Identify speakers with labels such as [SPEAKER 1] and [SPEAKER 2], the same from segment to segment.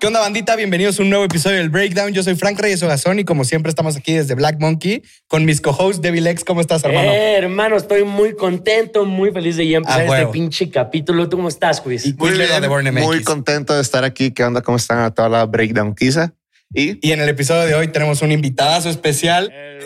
[SPEAKER 1] ¿Qué onda, bandita? Bienvenidos a un nuevo episodio del Breakdown. Yo soy Frank Reyes Ogazón y como siempre estamos aquí desde Black Monkey con mis co-hosts Devil X. ¿Cómo estás, hermano?
[SPEAKER 2] Eh, hermano, estoy muy contento, muy feliz de ya empezar
[SPEAKER 1] Ah,
[SPEAKER 2] este
[SPEAKER 1] huevo.
[SPEAKER 2] pinche capítulo. ¿Tú cómo estás, Quiz?
[SPEAKER 1] Y Quiz Lego de Born MX.
[SPEAKER 3] muy contento de estar aquí. ¿Qué onda? ¿Cómo están a toda la breakdown quizá? Y
[SPEAKER 1] Y en el episodio de hoy tenemos un invitadazo especial.
[SPEAKER 2] Eh.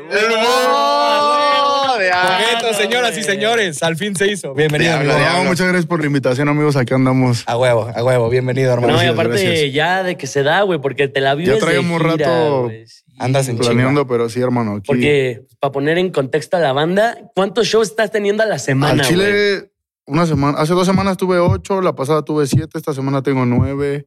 [SPEAKER 2] Ah,
[SPEAKER 1] Coqueto, señoras y señores, al fin se hizo. Bienvenido,
[SPEAKER 3] Diablo,
[SPEAKER 1] amigo.
[SPEAKER 3] diablo.
[SPEAKER 4] Bravo, muchas gracias por la invitación, amigos. Aquí andamos.
[SPEAKER 1] A huevo, a huevo. Bienvenido, hermano.
[SPEAKER 2] No, y
[SPEAKER 4] gracias,
[SPEAKER 2] aparte
[SPEAKER 4] gracias.
[SPEAKER 2] ya de que se da, güey, porque te la vives
[SPEAKER 4] traíamos
[SPEAKER 2] de gira,
[SPEAKER 4] rato
[SPEAKER 2] güey, sí.
[SPEAKER 1] Andas en chinga.
[SPEAKER 4] Planeando, pero sí, hermano. Aquí.
[SPEAKER 2] Porque, para poner en contexto a la banda, ¿cuántos shows estás teniendo a la
[SPEAKER 4] al
[SPEAKER 2] semana, güey?
[SPEAKER 4] Chile, una semana, hace dos semanas tuve ocho, la pasada tuve siete, esta semana tengo nueve,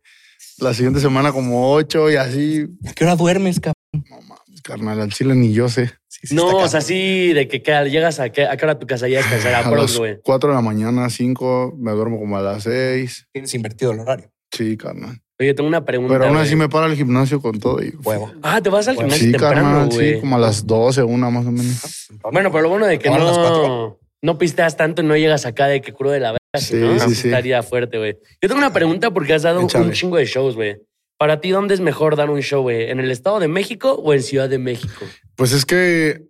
[SPEAKER 4] la siguiente semana como ocho y así.
[SPEAKER 1] ¿A qué hora duermes, cabrón?
[SPEAKER 4] Carnal, al Chile ni yo sé.
[SPEAKER 1] Sí, sí,
[SPEAKER 2] No,
[SPEAKER 1] está
[SPEAKER 2] o sea, sí, de que ¿qué? llegas a, qué, a qué hora a tu casa ya descansar a
[SPEAKER 4] A
[SPEAKER 2] pros,
[SPEAKER 4] las
[SPEAKER 2] güey.
[SPEAKER 4] cuatro de la mañana, cinco, me duermo como a las seis.
[SPEAKER 1] Tienes invertido el horario.
[SPEAKER 4] Sí, carnal.
[SPEAKER 2] Oye, tengo una pregunta.
[SPEAKER 4] Pero aún así
[SPEAKER 2] güey.
[SPEAKER 4] me para el gimnasio con todo. Y,
[SPEAKER 1] Huevo.
[SPEAKER 2] Ah, te vas al
[SPEAKER 1] Bueno,
[SPEAKER 2] gimnasio
[SPEAKER 4] sí,
[SPEAKER 2] temprano,
[SPEAKER 4] carnal,
[SPEAKER 2] güey.
[SPEAKER 4] sí, como a las doce, una más o menos.
[SPEAKER 2] Pues Bueno, pero lo bueno de que
[SPEAKER 1] Ahora a las
[SPEAKER 2] no,
[SPEAKER 1] cuatro.
[SPEAKER 2] no pisteas tanto y no llegas acá de que curo de la verga,
[SPEAKER 4] Sí,
[SPEAKER 2] si no,
[SPEAKER 4] sí, sí.
[SPEAKER 2] estaría fuerte, güey. Yo tengo una pregunta porque has dado un
[SPEAKER 4] Échale.
[SPEAKER 2] chingo de shows, güey. Para ti, ¿dónde es mejor dar un show, güey? ¿En el Estado de México o en Ciudad de México?
[SPEAKER 4] Pues es que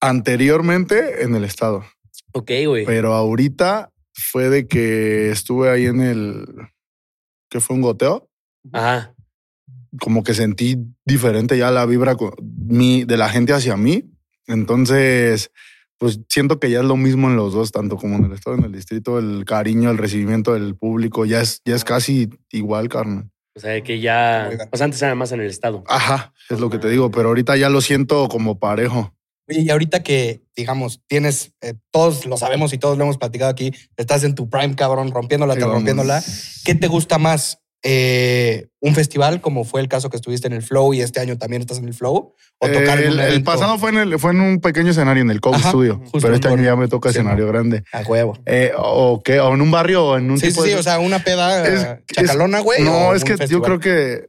[SPEAKER 4] anteriormente en el estado.
[SPEAKER 2] Ok, güey.
[SPEAKER 4] Pero ahorita fue de que estuve ahí en el que fue un goteo,
[SPEAKER 2] Ajá.
[SPEAKER 4] como que sentí diferente ya la vibra co- mi- de la gente hacia mí. Entonces, pues siento que ya es lo mismo en los dos, tanto como en el estado, en el distrito, el cariño, el recibimiento del público, ya es, ya es casi igual, carnal.
[SPEAKER 2] O sea, que ya...
[SPEAKER 1] Muy bien.
[SPEAKER 2] O sea, antes era más en el Estado.
[SPEAKER 4] Ajá, es lo que te digo, pero ahorita ya lo siento como parejo.
[SPEAKER 1] Oye, y ahorita que, digamos, tienes, eh, todos lo sabemos y todos lo hemos platicado aquí, estás en tu prime, cabrón, rompiéndola,
[SPEAKER 4] Sí,
[SPEAKER 1] tras
[SPEAKER 4] vamos.
[SPEAKER 1] rompiéndola. ¿Qué te gusta más? Eh, ¿Un festival, como fue el caso que estuviste en el Flow y este año también estás en el Flow? ¿O tocar en
[SPEAKER 4] el,
[SPEAKER 1] un
[SPEAKER 4] el
[SPEAKER 1] evento?
[SPEAKER 4] pasado fue en, el- fue en un pequeño escenario, en el Coke
[SPEAKER 1] Ajá,
[SPEAKER 4] Studio,
[SPEAKER 1] justo
[SPEAKER 4] pero este
[SPEAKER 1] por-
[SPEAKER 4] año ya me toca
[SPEAKER 1] sí,
[SPEAKER 4] escenario grande.
[SPEAKER 1] A huevo.
[SPEAKER 4] Eh, o qué, o en un barrio o en un
[SPEAKER 1] Sí, sí,
[SPEAKER 4] tipo de-
[SPEAKER 1] sí, o sea, una peda
[SPEAKER 4] Es-
[SPEAKER 1] eh, chacalona, güey.
[SPEAKER 4] no,
[SPEAKER 1] o
[SPEAKER 4] es
[SPEAKER 1] un
[SPEAKER 4] que yo
[SPEAKER 1] festival?
[SPEAKER 4] creo que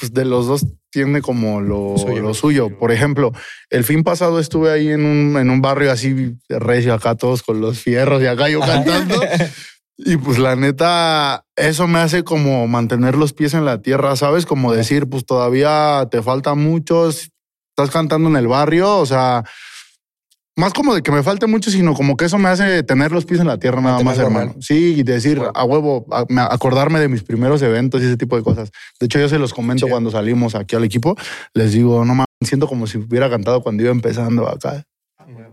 [SPEAKER 4] pues, de los dos tiene como lo
[SPEAKER 1] Suyo.
[SPEAKER 4] suyo. lo suyo. Por ejemplo, el fin pasado estuve ahí en un, en un barrio así recio, acá todos con los fierros y acá yo
[SPEAKER 1] Ajá.
[SPEAKER 4] cantando. Y pues la neta, eso me hace como mantener los pies en la tierra, ¿sabes? Como decir, pues todavía te falta mucho, estás cantando en el barrio, o sea, más como de que me falte mucho, sino como que eso me hace tener los pies en la tierra nada más,
[SPEAKER 1] Mantenerlo
[SPEAKER 4] hermano.
[SPEAKER 1] real.
[SPEAKER 4] Sí, y decir
[SPEAKER 1] Huevo.
[SPEAKER 4] a huevo, a- me- acordarme de mis primeros eventos y ese tipo de cosas. De hecho, yo se los comento
[SPEAKER 1] Sí.
[SPEAKER 4] cuando salimos aquí al equipo, les digo, no mames, siento como si hubiera cantado cuando iba empezando acá.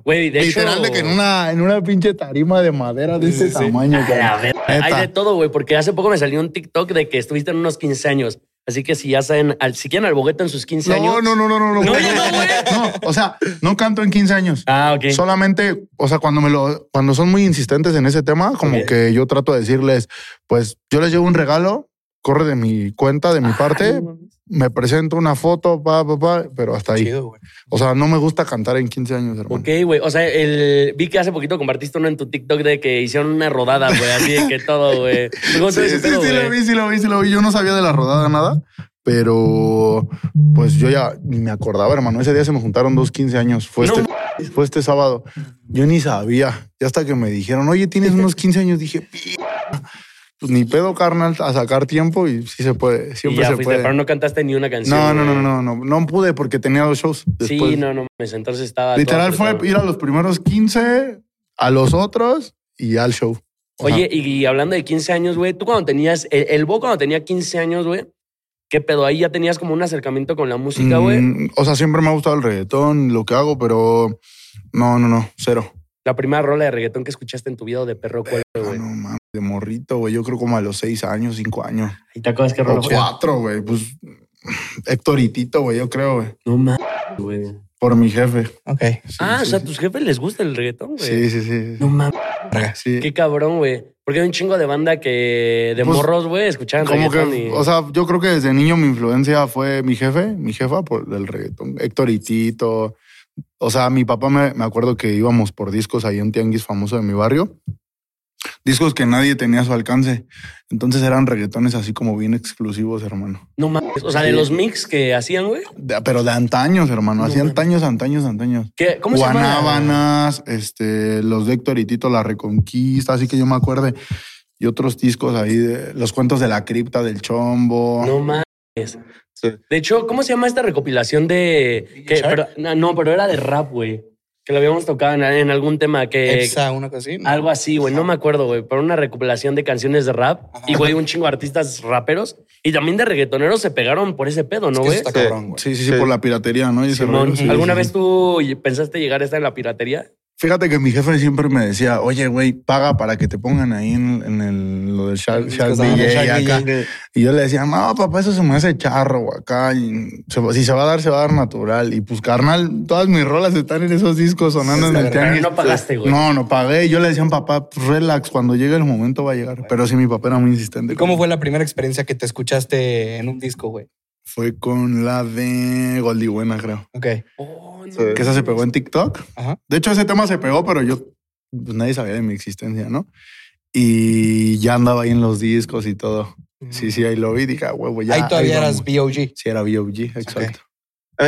[SPEAKER 2] Güey, de hecho...
[SPEAKER 4] Literal de que en una, en una pinche tarima de madera de
[SPEAKER 1] Sí, sí,
[SPEAKER 4] este
[SPEAKER 1] sí.
[SPEAKER 4] tamaño.
[SPEAKER 2] A la
[SPEAKER 4] cara.
[SPEAKER 2] verga.
[SPEAKER 4] Neta.
[SPEAKER 2] Hay de todo, güey, porque hace poco me salió un TikTok de que estuviste en unos 15 años. Así que si ya saben, al, si quieren al bogueto en sus 15 años...
[SPEAKER 4] No, no, no, no, no, no.
[SPEAKER 2] No,
[SPEAKER 4] güey.
[SPEAKER 2] no,
[SPEAKER 4] No, o sea, no canto en 15 años.
[SPEAKER 2] Ah, ok.
[SPEAKER 4] Solamente, o sea, cuando me lo, cuando son muy insistentes en ese tema, como
[SPEAKER 2] Ok.
[SPEAKER 4] que yo trato de decirles, pues yo les llevo un regalo, corre de mi cuenta, de mi parte, me presento una foto, pa, pa, pa, pero hasta ahí.
[SPEAKER 1] Chido, güey.
[SPEAKER 4] O sea, no me gusta cantar en 15 años, hermano.
[SPEAKER 2] Ok, güey. O sea, el... vi que hace poquito compartiste uno en tu TikTok de que hicieron una rodada, güey. Así de que todo, güey. ¿Cómo
[SPEAKER 4] Sí,
[SPEAKER 2] estuvo ese
[SPEAKER 4] sí,
[SPEAKER 2] pedo,
[SPEAKER 4] sí, lo
[SPEAKER 2] güey?
[SPEAKER 4] vi, sí, lo vi, sí, lo vi. Yo no sabía de la rodada nada, pero pues yo ya ni me acordaba, hermano. Ese día se me juntaron dos 15 años. Fue,
[SPEAKER 2] No
[SPEAKER 4] este, fue este sábado. Yo ni sabía. Ya hasta que me dijeron, oye, tienes unos 15 años. Dije, "Pi-". pues ni pedo, carnal, a sacar tiempo y sí se puede.
[SPEAKER 2] Y
[SPEAKER 4] Siempre
[SPEAKER 2] ya
[SPEAKER 4] se
[SPEAKER 2] fuiste, pero
[SPEAKER 4] puede.
[SPEAKER 2] no cantaste ni una canción.
[SPEAKER 4] No, no, no,
[SPEAKER 2] güey.
[SPEAKER 4] no, no. No pude porque tenía dos shows. Después.
[SPEAKER 2] Sí, no, no mames. Entonces estaba. todo
[SPEAKER 4] Literal fue
[SPEAKER 2] apretado.
[SPEAKER 4] ir a los primeros 15, a los otros y ya al show. Ajá.
[SPEAKER 2] Oye, y hablando de 15 años, güey, tú cuando tenías. El, el Bo cuando tenía 15 años, güey. ¿Qué pedo? Ahí ya tenías como un acercamiento con la música, güey.
[SPEAKER 4] Mm, o sea, siempre me ha gustado el reggaetón, lo que hago, pero no, no, no, cero.
[SPEAKER 2] La primera rola de reggaetón que escuchaste en tu vida o de perro, ¿cuál fue,
[SPEAKER 4] Ah,
[SPEAKER 2] güey?
[SPEAKER 4] no mames, de morrito, güey. Yo creo como a los seis años, cinco años.
[SPEAKER 2] ¿Y te acuerdas qué
[SPEAKER 4] O
[SPEAKER 2] rola fue?
[SPEAKER 4] cuatro, güey. Pues Héctoritito, güey, yo creo, güey.
[SPEAKER 2] No mames, güey.
[SPEAKER 4] Por mi jefe.
[SPEAKER 1] Ok.
[SPEAKER 4] Sí,
[SPEAKER 2] ah,
[SPEAKER 4] sí,
[SPEAKER 2] o sea, a
[SPEAKER 4] sí.
[SPEAKER 2] tus jefes les gusta el reggaetón, güey.
[SPEAKER 4] Sí, sí, sí.
[SPEAKER 2] No mames.
[SPEAKER 4] sí.
[SPEAKER 2] Qué cabrón, güey. Porque hay un chingo de banda que de
[SPEAKER 4] Pues,
[SPEAKER 2] morros, güey, escuchaban
[SPEAKER 4] Como
[SPEAKER 2] reggaetón y...
[SPEAKER 4] que, o sea, yo creo que desde niño mi influencia fue mi jefe, mi jefa por el reggaetón. Héctoritito. O sea, mi papá me, me acuerdo que íbamos por discos ahí en Tianguis famoso de mi barrio discos que nadie tenía a su alcance. Entonces eran reggaetones así como bien exclusivos, hermano.
[SPEAKER 2] No mames. O sea, de los mix que hacían, güey.
[SPEAKER 4] De- pero de antaños, hermano.
[SPEAKER 2] No
[SPEAKER 4] Así
[SPEAKER 2] mames.
[SPEAKER 4] antaños, antaños, antaños.
[SPEAKER 2] ¿Qué- ¿Cómo se llama?
[SPEAKER 4] Guanábanas, este, los de Héctor y Tito, La Reconquista, así que yo me acuerde. Y otros discos ahí, de, los cuentos de la cripta, del chombo.
[SPEAKER 2] No mames.
[SPEAKER 3] Sí.
[SPEAKER 2] De hecho, ¿cómo se llama esta recopilación de. que-
[SPEAKER 1] Shark?
[SPEAKER 2] pero- no, no, pero era de rap, güey. Que lo habíamos tocado en, en algún tema que.
[SPEAKER 1] Exa, una cosa así. ¿no?
[SPEAKER 2] Algo así, güey. No me acuerdo, güey. Pero una recopilación de canciones de rap.
[SPEAKER 1] Ajá.
[SPEAKER 2] Y, güey, un chingo de artistas raperos. Y también de reggaetoneros se pegaron por ese pedo, ¿no,
[SPEAKER 1] Es que
[SPEAKER 2] güey?
[SPEAKER 1] eso está
[SPEAKER 3] Sí.
[SPEAKER 1] cabrón, güey.
[SPEAKER 4] Sí, sí, sí,
[SPEAKER 3] Sí.
[SPEAKER 4] por la piratería, ¿no? Y ese
[SPEAKER 2] Simón,
[SPEAKER 4] rollo, sí,
[SPEAKER 2] ¿alguna
[SPEAKER 4] sí,
[SPEAKER 2] vez
[SPEAKER 4] sí.
[SPEAKER 2] tú pensaste llegar a estar en la piratería?
[SPEAKER 4] Fíjate que mi jefe siempre me decía, oye, güey, paga para que te pongan ahí en, en el, lo del Shark, Shark
[SPEAKER 1] Discos, ah,
[SPEAKER 4] DJ
[SPEAKER 1] Shark
[SPEAKER 4] acá.
[SPEAKER 1] DJ.
[SPEAKER 4] Y yo le decía, no, papá, eso se me hace charro acá. y se va- si se va a dar, se va a dar natural. Y pues, carnal, todas mis rolas están en esos discos sonando
[SPEAKER 1] Sí,
[SPEAKER 4] en
[SPEAKER 1] está
[SPEAKER 4] el
[SPEAKER 1] verdad.
[SPEAKER 4] tianguis.
[SPEAKER 2] No pagaste, güey.
[SPEAKER 4] No, no pagué. Yo le decía a mi papá, "Pues, relax, cuando llegue el momento va a llegar. Pero sí, mi papá era muy insistente.
[SPEAKER 1] ¿Y cómo fue la primera experiencia que te escuchaste en un disco, güey?
[SPEAKER 4] Fue con la de Goldie Buena, creo.
[SPEAKER 1] Ok.
[SPEAKER 2] Oh, no.
[SPEAKER 3] Sí.
[SPEAKER 4] Que esa se pegó en TikTok.
[SPEAKER 1] Ajá.
[SPEAKER 4] De hecho, ese tema se pegó, pero yo, pues nadie sabía de mi existencia, ¿no? Y ya andaba ahí en los discos y todo. Sí, sí, ahí lo vi. Dije, "Ah, huevo, ya.
[SPEAKER 1] Ahí todavía
[SPEAKER 4] vamos".
[SPEAKER 1] eras B.O.G.
[SPEAKER 4] Sí, era B.O.G., exacto.
[SPEAKER 3] Eh,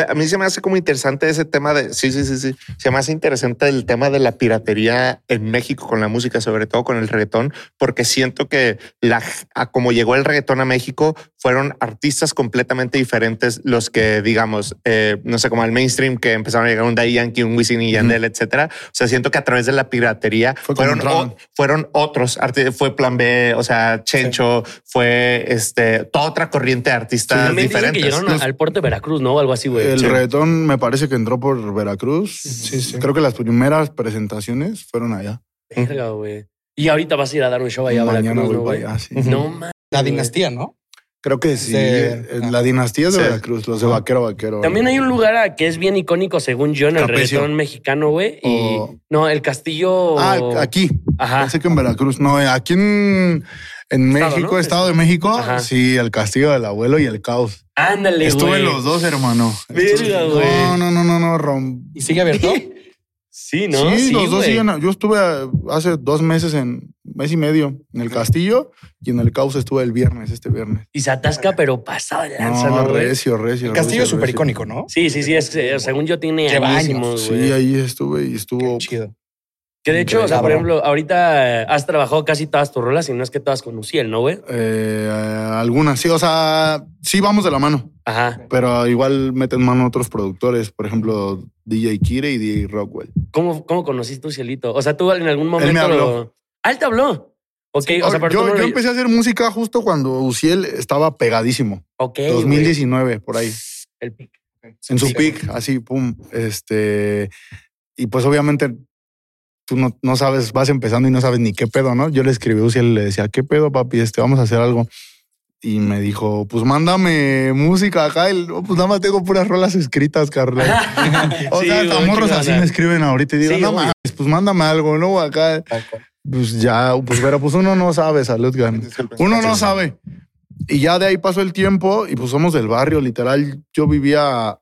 [SPEAKER 3] A a mí se me hace como interesante ese tema de. Sí, sí, sí, sí. Se me hace interesante el tema de la piratería en México con la música, sobre todo con el reggaetón, porque siento que la, a como llegó el reggaetón a México, fueron artistas completamente diferentes los que, digamos, eh, no sé, como al mainstream que empezaron a llegar un Daddy Yankee, un Wisin y Yandel, etcétera. O sea, siento que a través de la piratería
[SPEAKER 4] Fue como
[SPEAKER 3] fueron,
[SPEAKER 4] entraron.
[SPEAKER 3] o- fueron otros. arti- Fue Plan B, o sea, Chencho, fue este, toda otra corriente de artistas
[SPEAKER 2] También dicen que
[SPEAKER 3] diferentes.
[SPEAKER 2] llegaron a- al puerto de Veracruz, ¿no? O algo así, güey.
[SPEAKER 4] El
[SPEAKER 2] Sí.
[SPEAKER 4] reggaetón me parece que entró por Veracruz.
[SPEAKER 1] Sí, sí.
[SPEAKER 4] Creo que las primeras presentaciones fueron allá.
[SPEAKER 2] Verga, güey. Y ahorita vas a ir a dar un show allá a
[SPEAKER 4] Mañana
[SPEAKER 2] Veracruz,
[SPEAKER 4] voy
[SPEAKER 2] ¿no,
[SPEAKER 4] para
[SPEAKER 2] güey?
[SPEAKER 4] allá, sí.
[SPEAKER 2] No mames.
[SPEAKER 1] La
[SPEAKER 2] güey.
[SPEAKER 1] dinastía, ¿no?
[SPEAKER 4] Creo que sí.
[SPEAKER 1] Sí.
[SPEAKER 4] eh, La dinastía es de
[SPEAKER 3] Sí.
[SPEAKER 4] Veracruz, los de Vaquero Vaquero.
[SPEAKER 2] También hay un lugar a- que es bien icónico, según yo, en el
[SPEAKER 4] Trapecio.
[SPEAKER 2] reggaetón mexicano, güey. Y
[SPEAKER 4] O-
[SPEAKER 2] no, el castillo.
[SPEAKER 4] Ah, aquí.
[SPEAKER 2] Ajá.
[SPEAKER 4] Pensé que en Veracruz. No, eh, aquí en, en
[SPEAKER 2] Ah. Estado,
[SPEAKER 4] México,
[SPEAKER 2] ¿no?
[SPEAKER 4] Estado de México,
[SPEAKER 2] Ajá.
[SPEAKER 4] sí, el castillo del abuelo y el caos.
[SPEAKER 2] Ándale, güey.
[SPEAKER 4] Estuve en los dos, hermano.
[SPEAKER 2] Verga,
[SPEAKER 4] Estuve-
[SPEAKER 2] güey.
[SPEAKER 4] no, no, no, no, no, rom-
[SPEAKER 1] ¿Y sigue abierto?
[SPEAKER 2] Sí, ¿no?
[SPEAKER 4] sí, los dos
[SPEAKER 2] güey.
[SPEAKER 4] siguen. Yo estuve eh, hace dos meses en mes y medio en el castillo y en el caos estuve el viernes, este viernes.
[SPEAKER 2] Y se atasca, pero pasado de lanza,
[SPEAKER 4] No,
[SPEAKER 2] Ah, ¿no, güey?
[SPEAKER 4] recio, recio.
[SPEAKER 1] El castillo
[SPEAKER 4] recio,
[SPEAKER 1] es súper
[SPEAKER 4] recio.
[SPEAKER 1] icónico, ¿no?
[SPEAKER 2] Sí, sí, sí. es- eh, según yo, tiene
[SPEAKER 1] Lleva
[SPEAKER 2] añísimos,
[SPEAKER 4] Sí,
[SPEAKER 2] güey.
[SPEAKER 4] ahí estuve y estuvo.
[SPEAKER 1] Chido.
[SPEAKER 2] Que de hecho, o sea, por
[SPEAKER 1] Cabrón.
[SPEAKER 2] ejemplo, ahorita eh, has trabajado casi todas tus rolas y no es que todas con Uciel, ¿no, güey?
[SPEAKER 4] eh, algunas, sí, o sea, sí vamos de la mano,
[SPEAKER 2] Ajá.
[SPEAKER 4] pero igual meten mano otros productores, por ejemplo, DJ Kire y DJ Rockwell.
[SPEAKER 2] ¿Cómo, cómo conociste a Ucielito? O sea, tú en algún momento.
[SPEAKER 4] habló.
[SPEAKER 2] lo- Ah, él te habló. Ok, o sea, pero tú
[SPEAKER 4] yo,
[SPEAKER 2] no
[SPEAKER 4] yo
[SPEAKER 2] lo-
[SPEAKER 4] empecé a hacer música justo cuando Uciel estaba pegadísimo,
[SPEAKER 2] Ok, güey.
[SPEAKER 4] 2019, por ahí.
[SPEAKER 2] El pic.
[SPEAKER 4] en su
[SPEAKER 1] Sí.
[SPEAKER 4] pick, así, pum. Este, y pues obviamente tú no, no sabes, vas empezando y no sabes ni qué pedo, ¿no? Yo le escribí a Uciel y le decía, ¿qué pedo, papi? Este, vamos a hacer algo. Y me dijo, pues mándame música acá. Y, "No, pues nada más tengo puras rolas escritas, carnal. O
[SPEAKER 2] Sí,
[SPEAKER 4] sea,
[SPEAKER 2] güey,
[SPEAKER 4] hasta morros
[SPEAKER 2] chingona.
[SPEAKER 4] así me escriben ahorita y digo,
[SPEAKER 2] Sí,
[SPEAKER 4] no
[SPEAKER 2] obvio.
[SPEAKER 4] mames, pues mándame algo, ¿no? Acá, pues ya, pues pero pues uno no sabe, salud, gan.
[SPEAKER 3] Disculpen.
[SPEAKER 4] Uno no sabe. Y ya de ahí pasó el tiempo y pues somos del barrio, literal. Yo vivía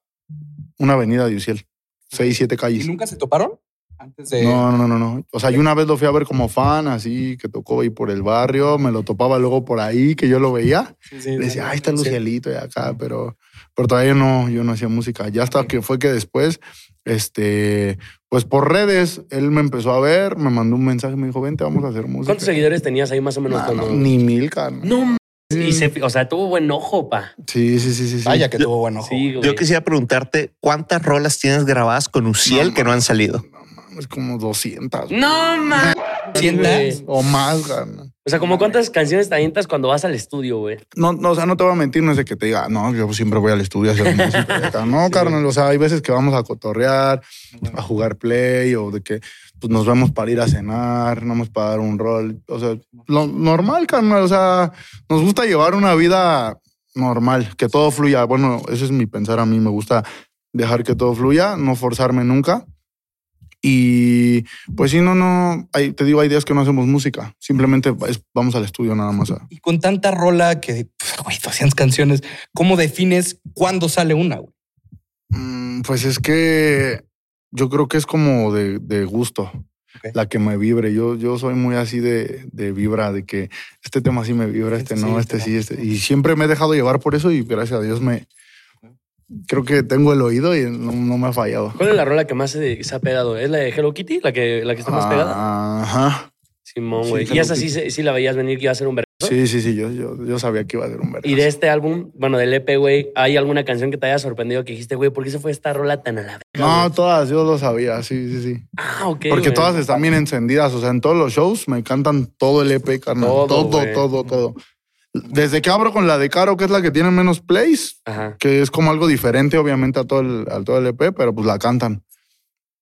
[SPEAKER 4] una avenida de Uciel, seis, siete
[SPEAKER 1] ¿Y
[SPEAKER 4] calles.
[SPEAKER 1] nunca se toparon? Antes de.
[SPEAKER 4] No, no, no, no. O sea, yo una vez lo fui a ver como fan, así que tocó ahí por el barrio, me lo topaba luego por ahí, que yo lo veía.
[SPEAKER 1] Sí, sí,
[SPEAKER 4] Le decía,
[SPEAKER 1] no,
[SPEAKER 4] Pues ahí está
[SPEAKER 1] sí.
[SPEAKER 4] Lucielito y acá, pero, pero todavía no, yo no hacía música. Ya hasta que fue que después, este, pues por redes, él me empezó a ver, me mandó un mensaje, me dijo, vente, vamos a hacer música.
[SPEAKER 2] ¿Cuántos seguidores tenías ahí más o menos
[SPEAKER 4] Nah,
[SPEAKER 2] cuando-
[SPEAKER 4] no, ni mil, carnal.
[SPEAKER 2] No mames. Y se, fi- o sea, tuvo buen ojo, pa.
[SPEAKER 4] Sí, sí, sí, sí. sí.
[SPEAKER 1] Vaya que tuvo buen ojo.
[SPEAKER 2] Sí, güey.
[SPEAKER 3] Yo quisiera preguntarte cuántas rolas tienes grabadas con Uciel
[SPEAKER 4] No,
[SPEAKER 3] que no han salido.
[SPEAKER 4] No mames, como 200. güey.
[SPEAKER 2] No mames.
[SPEAKER 1] ¿Sientas?
[SPEAKER 4] O más, carnal.
[SPEAKER 2] O sea, como cuántas canciones te avientas cuando vas al estudio, güey.
[SPEAKER 4] No, no, o sea, no te voy a mentir, no es de que te diga, "Ah, no, yo siempre voy al estudio a hacer música. y acá". No, carnal, o sea, hay veces que vamos a cotorrear, a jugar play o de que pues, nos vamos para ir a cenar, nos vamos para dar un rol. O sea, lo normal, carnal, o sea, nos gusta llevar una vida normal, que todo fluya. Bueno, eso es mi pensar a mí, me gusta dejar que todo fluya, no forzarme nunca. Y pues si no, no, hay- te digo, hay días que no hacemos música, simplemente es- vamos al estudio nada más a,
[SPEAKER 1] Y con tanta rola que, pf, güey, 200 canciones, ¿cómo defines cuándo sale una, güey?
[SPEAKER 4] Mm, Pues es que yo creo que es como de, de gusto.
[SPEAKER 1] Ok.
[SPEAKER 4] la que me vibre. Yo, yo soy muy así de, de vibra, de que este tema sí me vibra, este,
[SPEAKER 1] Este sí,
[SPEAKER 4] no,
[SPEAKER 1] este
[SPEAKER 4] este sí, este. Y siempre me he dejado llevar por eso y gracias a Dios me... Creo que tengo el oído y no, no me ha fallado.
[SPEAKER 2] ¿Cuál es la rola que más se, se ha pegado? ¿Es la de Hello Kitty? ¿La que, la que está más pegada?
[SPEAKER 4] Ajá.
[SPEAKER 2] Simón,
[SPEAKER 4] Ah, sí,
[SPEAKER 2] güey. y
[SPEAKER 4] Hello
[SPEAKER 2] esa sí, se- sí la veías venir que iba a ser un verano.
[SPEAKER 4] Sí, sí, sí, yo, yo, yo sabía que iba a ser un
[SPEAKER 2] Y
[SPEAKER 4] vergazo.
[SPEAKER 2] de este álbum, bueno, del EP, güey, ¿hay alguna canción que te haya sorprendido que dijiste, güey, ¿por qué se fue esta rola tan a la verga?
[SPEAKER 4] No, todas, yo lo sabía, sí, sí, sí.
[SPEAKER 2] Ah, ok.
[SPEAKER 4] Porque
[SPEAKER 2] güey.
[SPEAKER 4] todas están bien encendidas. O sea, en todos los shows me cantan todo el EP, carnal.
[SPEAKER 2] Todo,
[SPEAKER 4] Todo, todo,
[SPEAKER 2] güey.
[SPEAKER 4] todo, Desde que abro con la de Caro, que es la que tiene menos plays,
[SPEAKER 2] Ajá.
[SPEAKER 4] que es como algo diferente, obviamente, a todo el, a todo el EP, pero pues la cantan.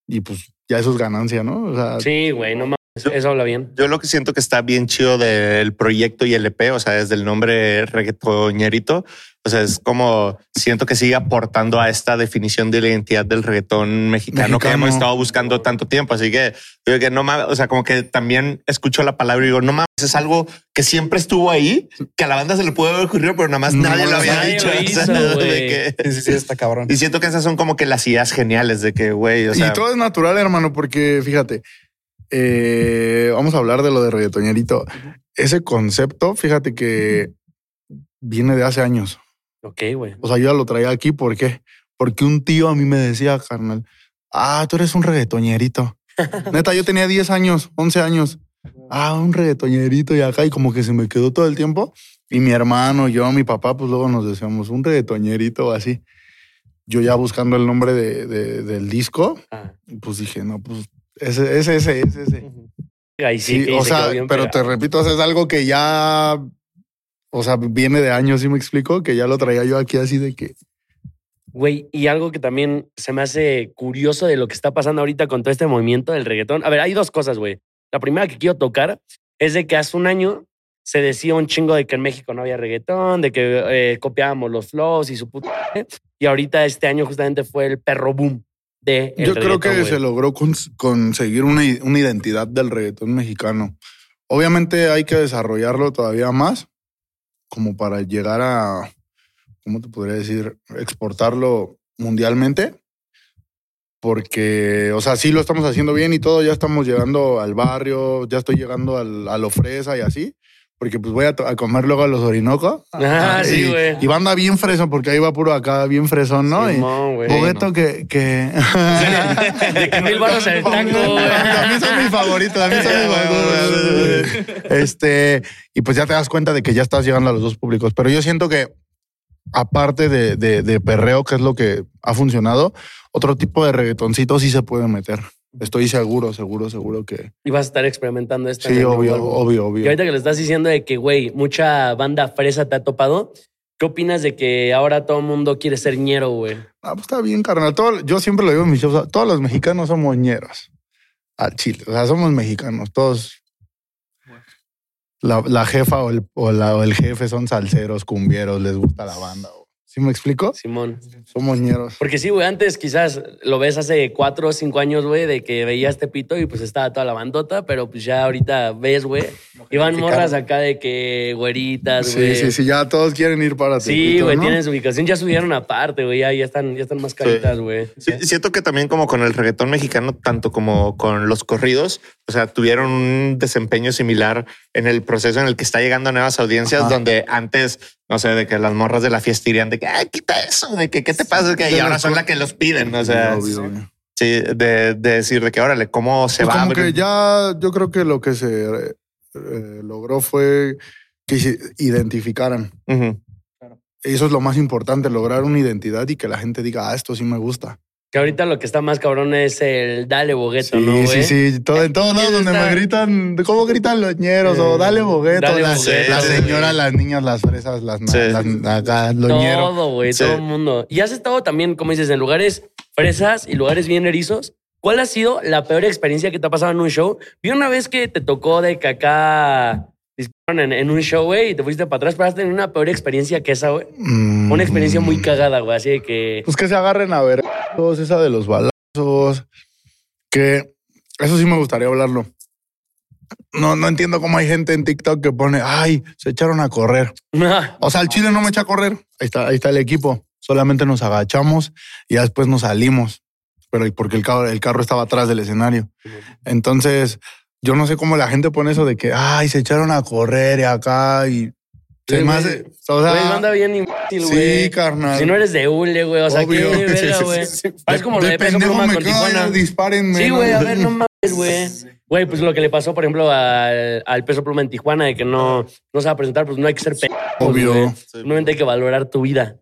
[SPEAKER 4] Y pues ya eso es ganancia, ¿no? O sea,
[SPEAKER 2] Sí, güey, no mames. Eso habla bien.
[SPEAKER 3] Yo lo que siento que está bien chido del proyecto y el EP, o sea, desde el nombre reggaetoñerito, o sea, es como siento que sigue aportando a esta definición de la identidad del reggaetón mexicano, que
[SPEAKER 4] Mexicano.
[SPEAKER 3] hemos estado buscando tanto tiempo. Así que digo que no mames, o sea, como que también escucho la palabra y digo, no mames, es algo que siempre estuvo ahí, que a la banda se le pudo haber ocurrido, pero nada más
[SPEAKER 4] No,
[SPEAKER 3] nadie lo había
[SPEAKER 2] nadie
[SPEAKER 3] dicho.
[SPEAKER 2] lo
[SPEAKER 3] o sea,
[SPEAKER 2] hizo,
[SPEAKER 3] de
[SPEAKER 2] güey.
[SPEAKER 3] que-
[SPEAKER 1] Sí, sí, sí, está cabrón.
[SPEAKER 3] y siento que esas son como que las ideas geniales de que, güey, o sea,
[SPEAKER 4] y todo es natural, hermano, porque fíjate, eh, vamos a hablar de lo de reggaetoñerito. Ese concepto, fíjate que viene de hace años.
[SPEAKER 2] Ok, güey.
[SPEAKER 4] O sea, yo ya lo traía aquí, ¿por qué? Porque un tío a mí me decía, carnal, ah, tú eres un reggaetoñerito. Neta, yo tenía 10 años, 11 años. Ah, un reggaetoñerito y acá, y como que se me quedó todo el tiempo. Y mi hermano, yo, mi papá, pues luego nos decíamos un reggaetoñerito o así. Yo ya buscando el nombre de- de- del disco,
[SPEAKER 2] Ah.
[SPEAKER 4] pues dije, no, pues ese, ese, ese, ese. ese.
[SPEAKER 2] Ahí sí,
[SPEAKER 4] Sí,
[SPEAKER 2] que
[SPEAKER 4] o
[SPEAKER 2] se
[SPEAKER 4] sea,
[SPEAKER 2] quedó bien
[SPEAKER 4] pero te
[SPEAKER 2] pegada.
[SPEAKER 4] repito, o sea, es algo que ya, o sea, viene de años, ¿sí me explico? Que ya lo traía yo aquí así de que
[SPEAKER 2] Güey, y algo que también se me hace curioso de lo que está pasando ahorita con todo este movimiento del reggaetón. A ver, hay dos cosas, güey. La primera que quiero tocar es de que hace un año se decía un chingo de que en México no había reggaetón, de que eh, copiábamos los flows y su puta. madre. Y ahorita este año justamente fue el perro boom de. el
[SPEAKER 4] Yo creo que
[SPEAKER 2] reggaetón, güey.
[SPEAKER 4] se logró cons- conseguir una, i- una identidad del reggaetón mexicano. Obviamente hay que desarrollarlo todavía más, como para llegar a, ¿cómo te podría decir? Exportarlo mundialmente. Porque, o sea, sí lo estamos haciendo bien y todo, ya estamos llegando al barrio, ya estoy llegando al, a la fresa y así. Porque pues voy a, to- a comer luego a los Orinoco.
[SPEAKER 2] Ah, sí,
[SPEAKER 4] Y-
[SPEAKER 2] güey.
[SPEAKER 4] Y banda bien fresa, porque ahí va puro acá, bien fresón, ¿no? Y-
[SPEAKER 2] Simón, güey.
[SPEAKER 4] Bobeto que... que...
[SPEAKER 2] De que mil baros al taco, güey.
[SPEAKER 4] También son mi favorito, también son mi favorito. Este, y pues ya te das cuenta de que ya estás llegando a los dos públicos. Pero yo siento que, aparte de, de, de perreo, que es lo que ha funcionado, otro tipo de reggaetoncito sí se puede meter. Estoy seguro, seguro, seguro que.
[SPEAKER 2] Y vas a estar experimentando esto. en
[SPEAKER 4] Sí,
[SPEAKER 2] el nuevo
[SPEAKER 4] obvio,
[SPEAKER 2] álbum.
[SPEAKER 4] obvio,
[SPEAKER 2] Y
[SPEAKER 4] obvio.
[SPEAKER 2] ahorita que lo estás diciendo de que, güey, mucha banda fresa te ha topado, ¿qué opinas de que ahora todo el mundo quiere ser ñero, güey?
[SPEAKER 4] Ah, pues está bien, carnal. Todo- yo siempre lo digo en mis shows. Todos los mexicanos somos ñeros. Al chile. O sea, somos mexicanos. Todos. La, la jefa o el, o la- o el jefe son salseros, cumbieros, les gusta la banda. o- ¿Sí me explico?
[SPEAKER 2] Simón.
[SPEAKER 4] Somos ñeros.
[SPEAKER 2] Porque sí, güey, antes quizás lo ves hace cuatro o cinco años, güey, de que veías Tepito y pues estaba toda la bandota, pero pues ya ahorita ves, güey, y van morras acá de que güeritas,
[SPEAKER 4] Sí,
[SPEAKER 2] güey.
[SPEAKER 4] sí, sí. Ya todos quieren ir para ti.
[SPEAKER 2] Sí, güey, tienen su ubicación, ya subieron aparte, güey, ya, ya están, ya están más caritas, güey.
[SPEAKER 3] Sí, Siento que también como con el reggaetón mexicano, tanto como con los corridos, o sea, tuvieron un desempeño similar en el proceso en el que está llegando a nuevas audiencias,
[SPEAKER 4] Ajá.
[SPEAKER 3] donde antes, no sé, de que las morras de la fiesta irían de que, ay, quita eso, de que, ¿qué te pasa? Que, y
[SPEAKER 4] De
[SPEAKER 3] ahora
[SPEAKER 4] las
[SPEAKER 3] son
[SPEAKER 4] cor-
[SPEAKER 3] las que los piden, o sea, sí, de, de decir de que, órale, ¿cómo se
[SPEAKER 4] Pues
[SPEAKER 3] va a
[SPEAKER 4] como que
[SPEAKER 3] abrir?
[SPEAKER 4] ya yo creo que lo que se eh, eh, logró fue que se identificaran.
[SPEAKER 3] Ujú.
[SPEAKER 4] Eso es lo más importante, lograr una identidad y que la gente diga, ah, esto sí me gusta.
[SPEAKER 2] Que ahorita lo que está más cabrón es el dale bogueto,
[SPEAKER 4] Sí,
[SPEAKER 2] ¿no, güey?
[SPEAKER 4] sí, sí. Todo, en todos lados
[SPEAKER 2] Eso
[SPEAKER 4] donde
[SPEAKER 2] está-
[SPEAKER 4] me gritan, ¿cómo gritan los ñeros? o
[SPEAKER 2] Eh,
[SPEAKER 4] dale bogueto.
[SPEAKER 2] dale
[SPEAKER 4] la,
[SPEAKER 2] bogueto,
[SPEAKER 4] la
[SPEAKER 3] güey.
[SPEAKER 4] señora, las niñas, las fresas, las, na-
[SPEAKER 3] Sí.
[SPEAKER 4] las- acá, los ñeros.
[SPEAKER 2] Todo, güey,
[SPEAKER 3] Sí.
[SPEAKER 2] todo el mundo. Y has estado también, como dices, en lugares fresas y lugares bien erizos. ¿Cuál ha sido la peor experiencia que te ha pasado en un show? Vi una vez que te tocó de que acá dispararon en, en un show, güey, y te fuiste para atrás, pero has tenido una peor experiencia que esa, güey.
[SPEAKER 4] Mm.
[SPEAKER 2] Una experiencia muy cagada, güey, así de que...
[SPEAKER 4] Pues que se agarren a ver todos esa de los balazos. Que eso sí me gustaría hablarlo. No, no entiendo cómo hay gente en TikTok que pone, ay, se echaron a correr. O sea, el Chile no me echa a correr. Ahí está, ahí está el equipo. Solamente nos agachamos y ya después nos salimos. pero porque el carro, el carro estaba atrás del escenario. Entonces, yo no sé cómo la gente pone eso de que, ay, se echaron a correr y acá y... Se
[SPEAKER 2] Sí,
[SPEAKER 4] me
[SPEAKER 2] güey.
[SPEAKER 4] hace- o sea,
[SPEAKER 2] Güey, banda bien inútil, güey.
[SPEAKER 4] sí, carnal.
[SPEAKER 2] Si no eres de hule, güey. O sea,
[SPEAKER 4] Obvio.
[SPEAKER 2] qué verga, güey. Parece como lo
[SPEAKER 4] De
[SPEAKER 2] de peso
[SPEAKER 4] pendejo
[SPEAKER 2] pluma
[SPEAKER 4] me
[SPEAKER 2] con
[SPEAKER 4] quedo ahí,
[SPEAKER 2] Tijuana.
[SPEAKER 4] dispárenme,
[SPEAKER 2] Sí,
[SPEAKER 4] ¿no?
[SPEAKER 2] güey, a ver, no mames, güey. Güey, pues lo que le pasó, por ejemplo, al, al peso pluma en Tijuana, de que no, no se va a presentar, pues no hay que ser pendejos, güey.
[SPEAKER 4] Obvio.
[SPEAKER 2] Simplemente hay que valorar tu vida.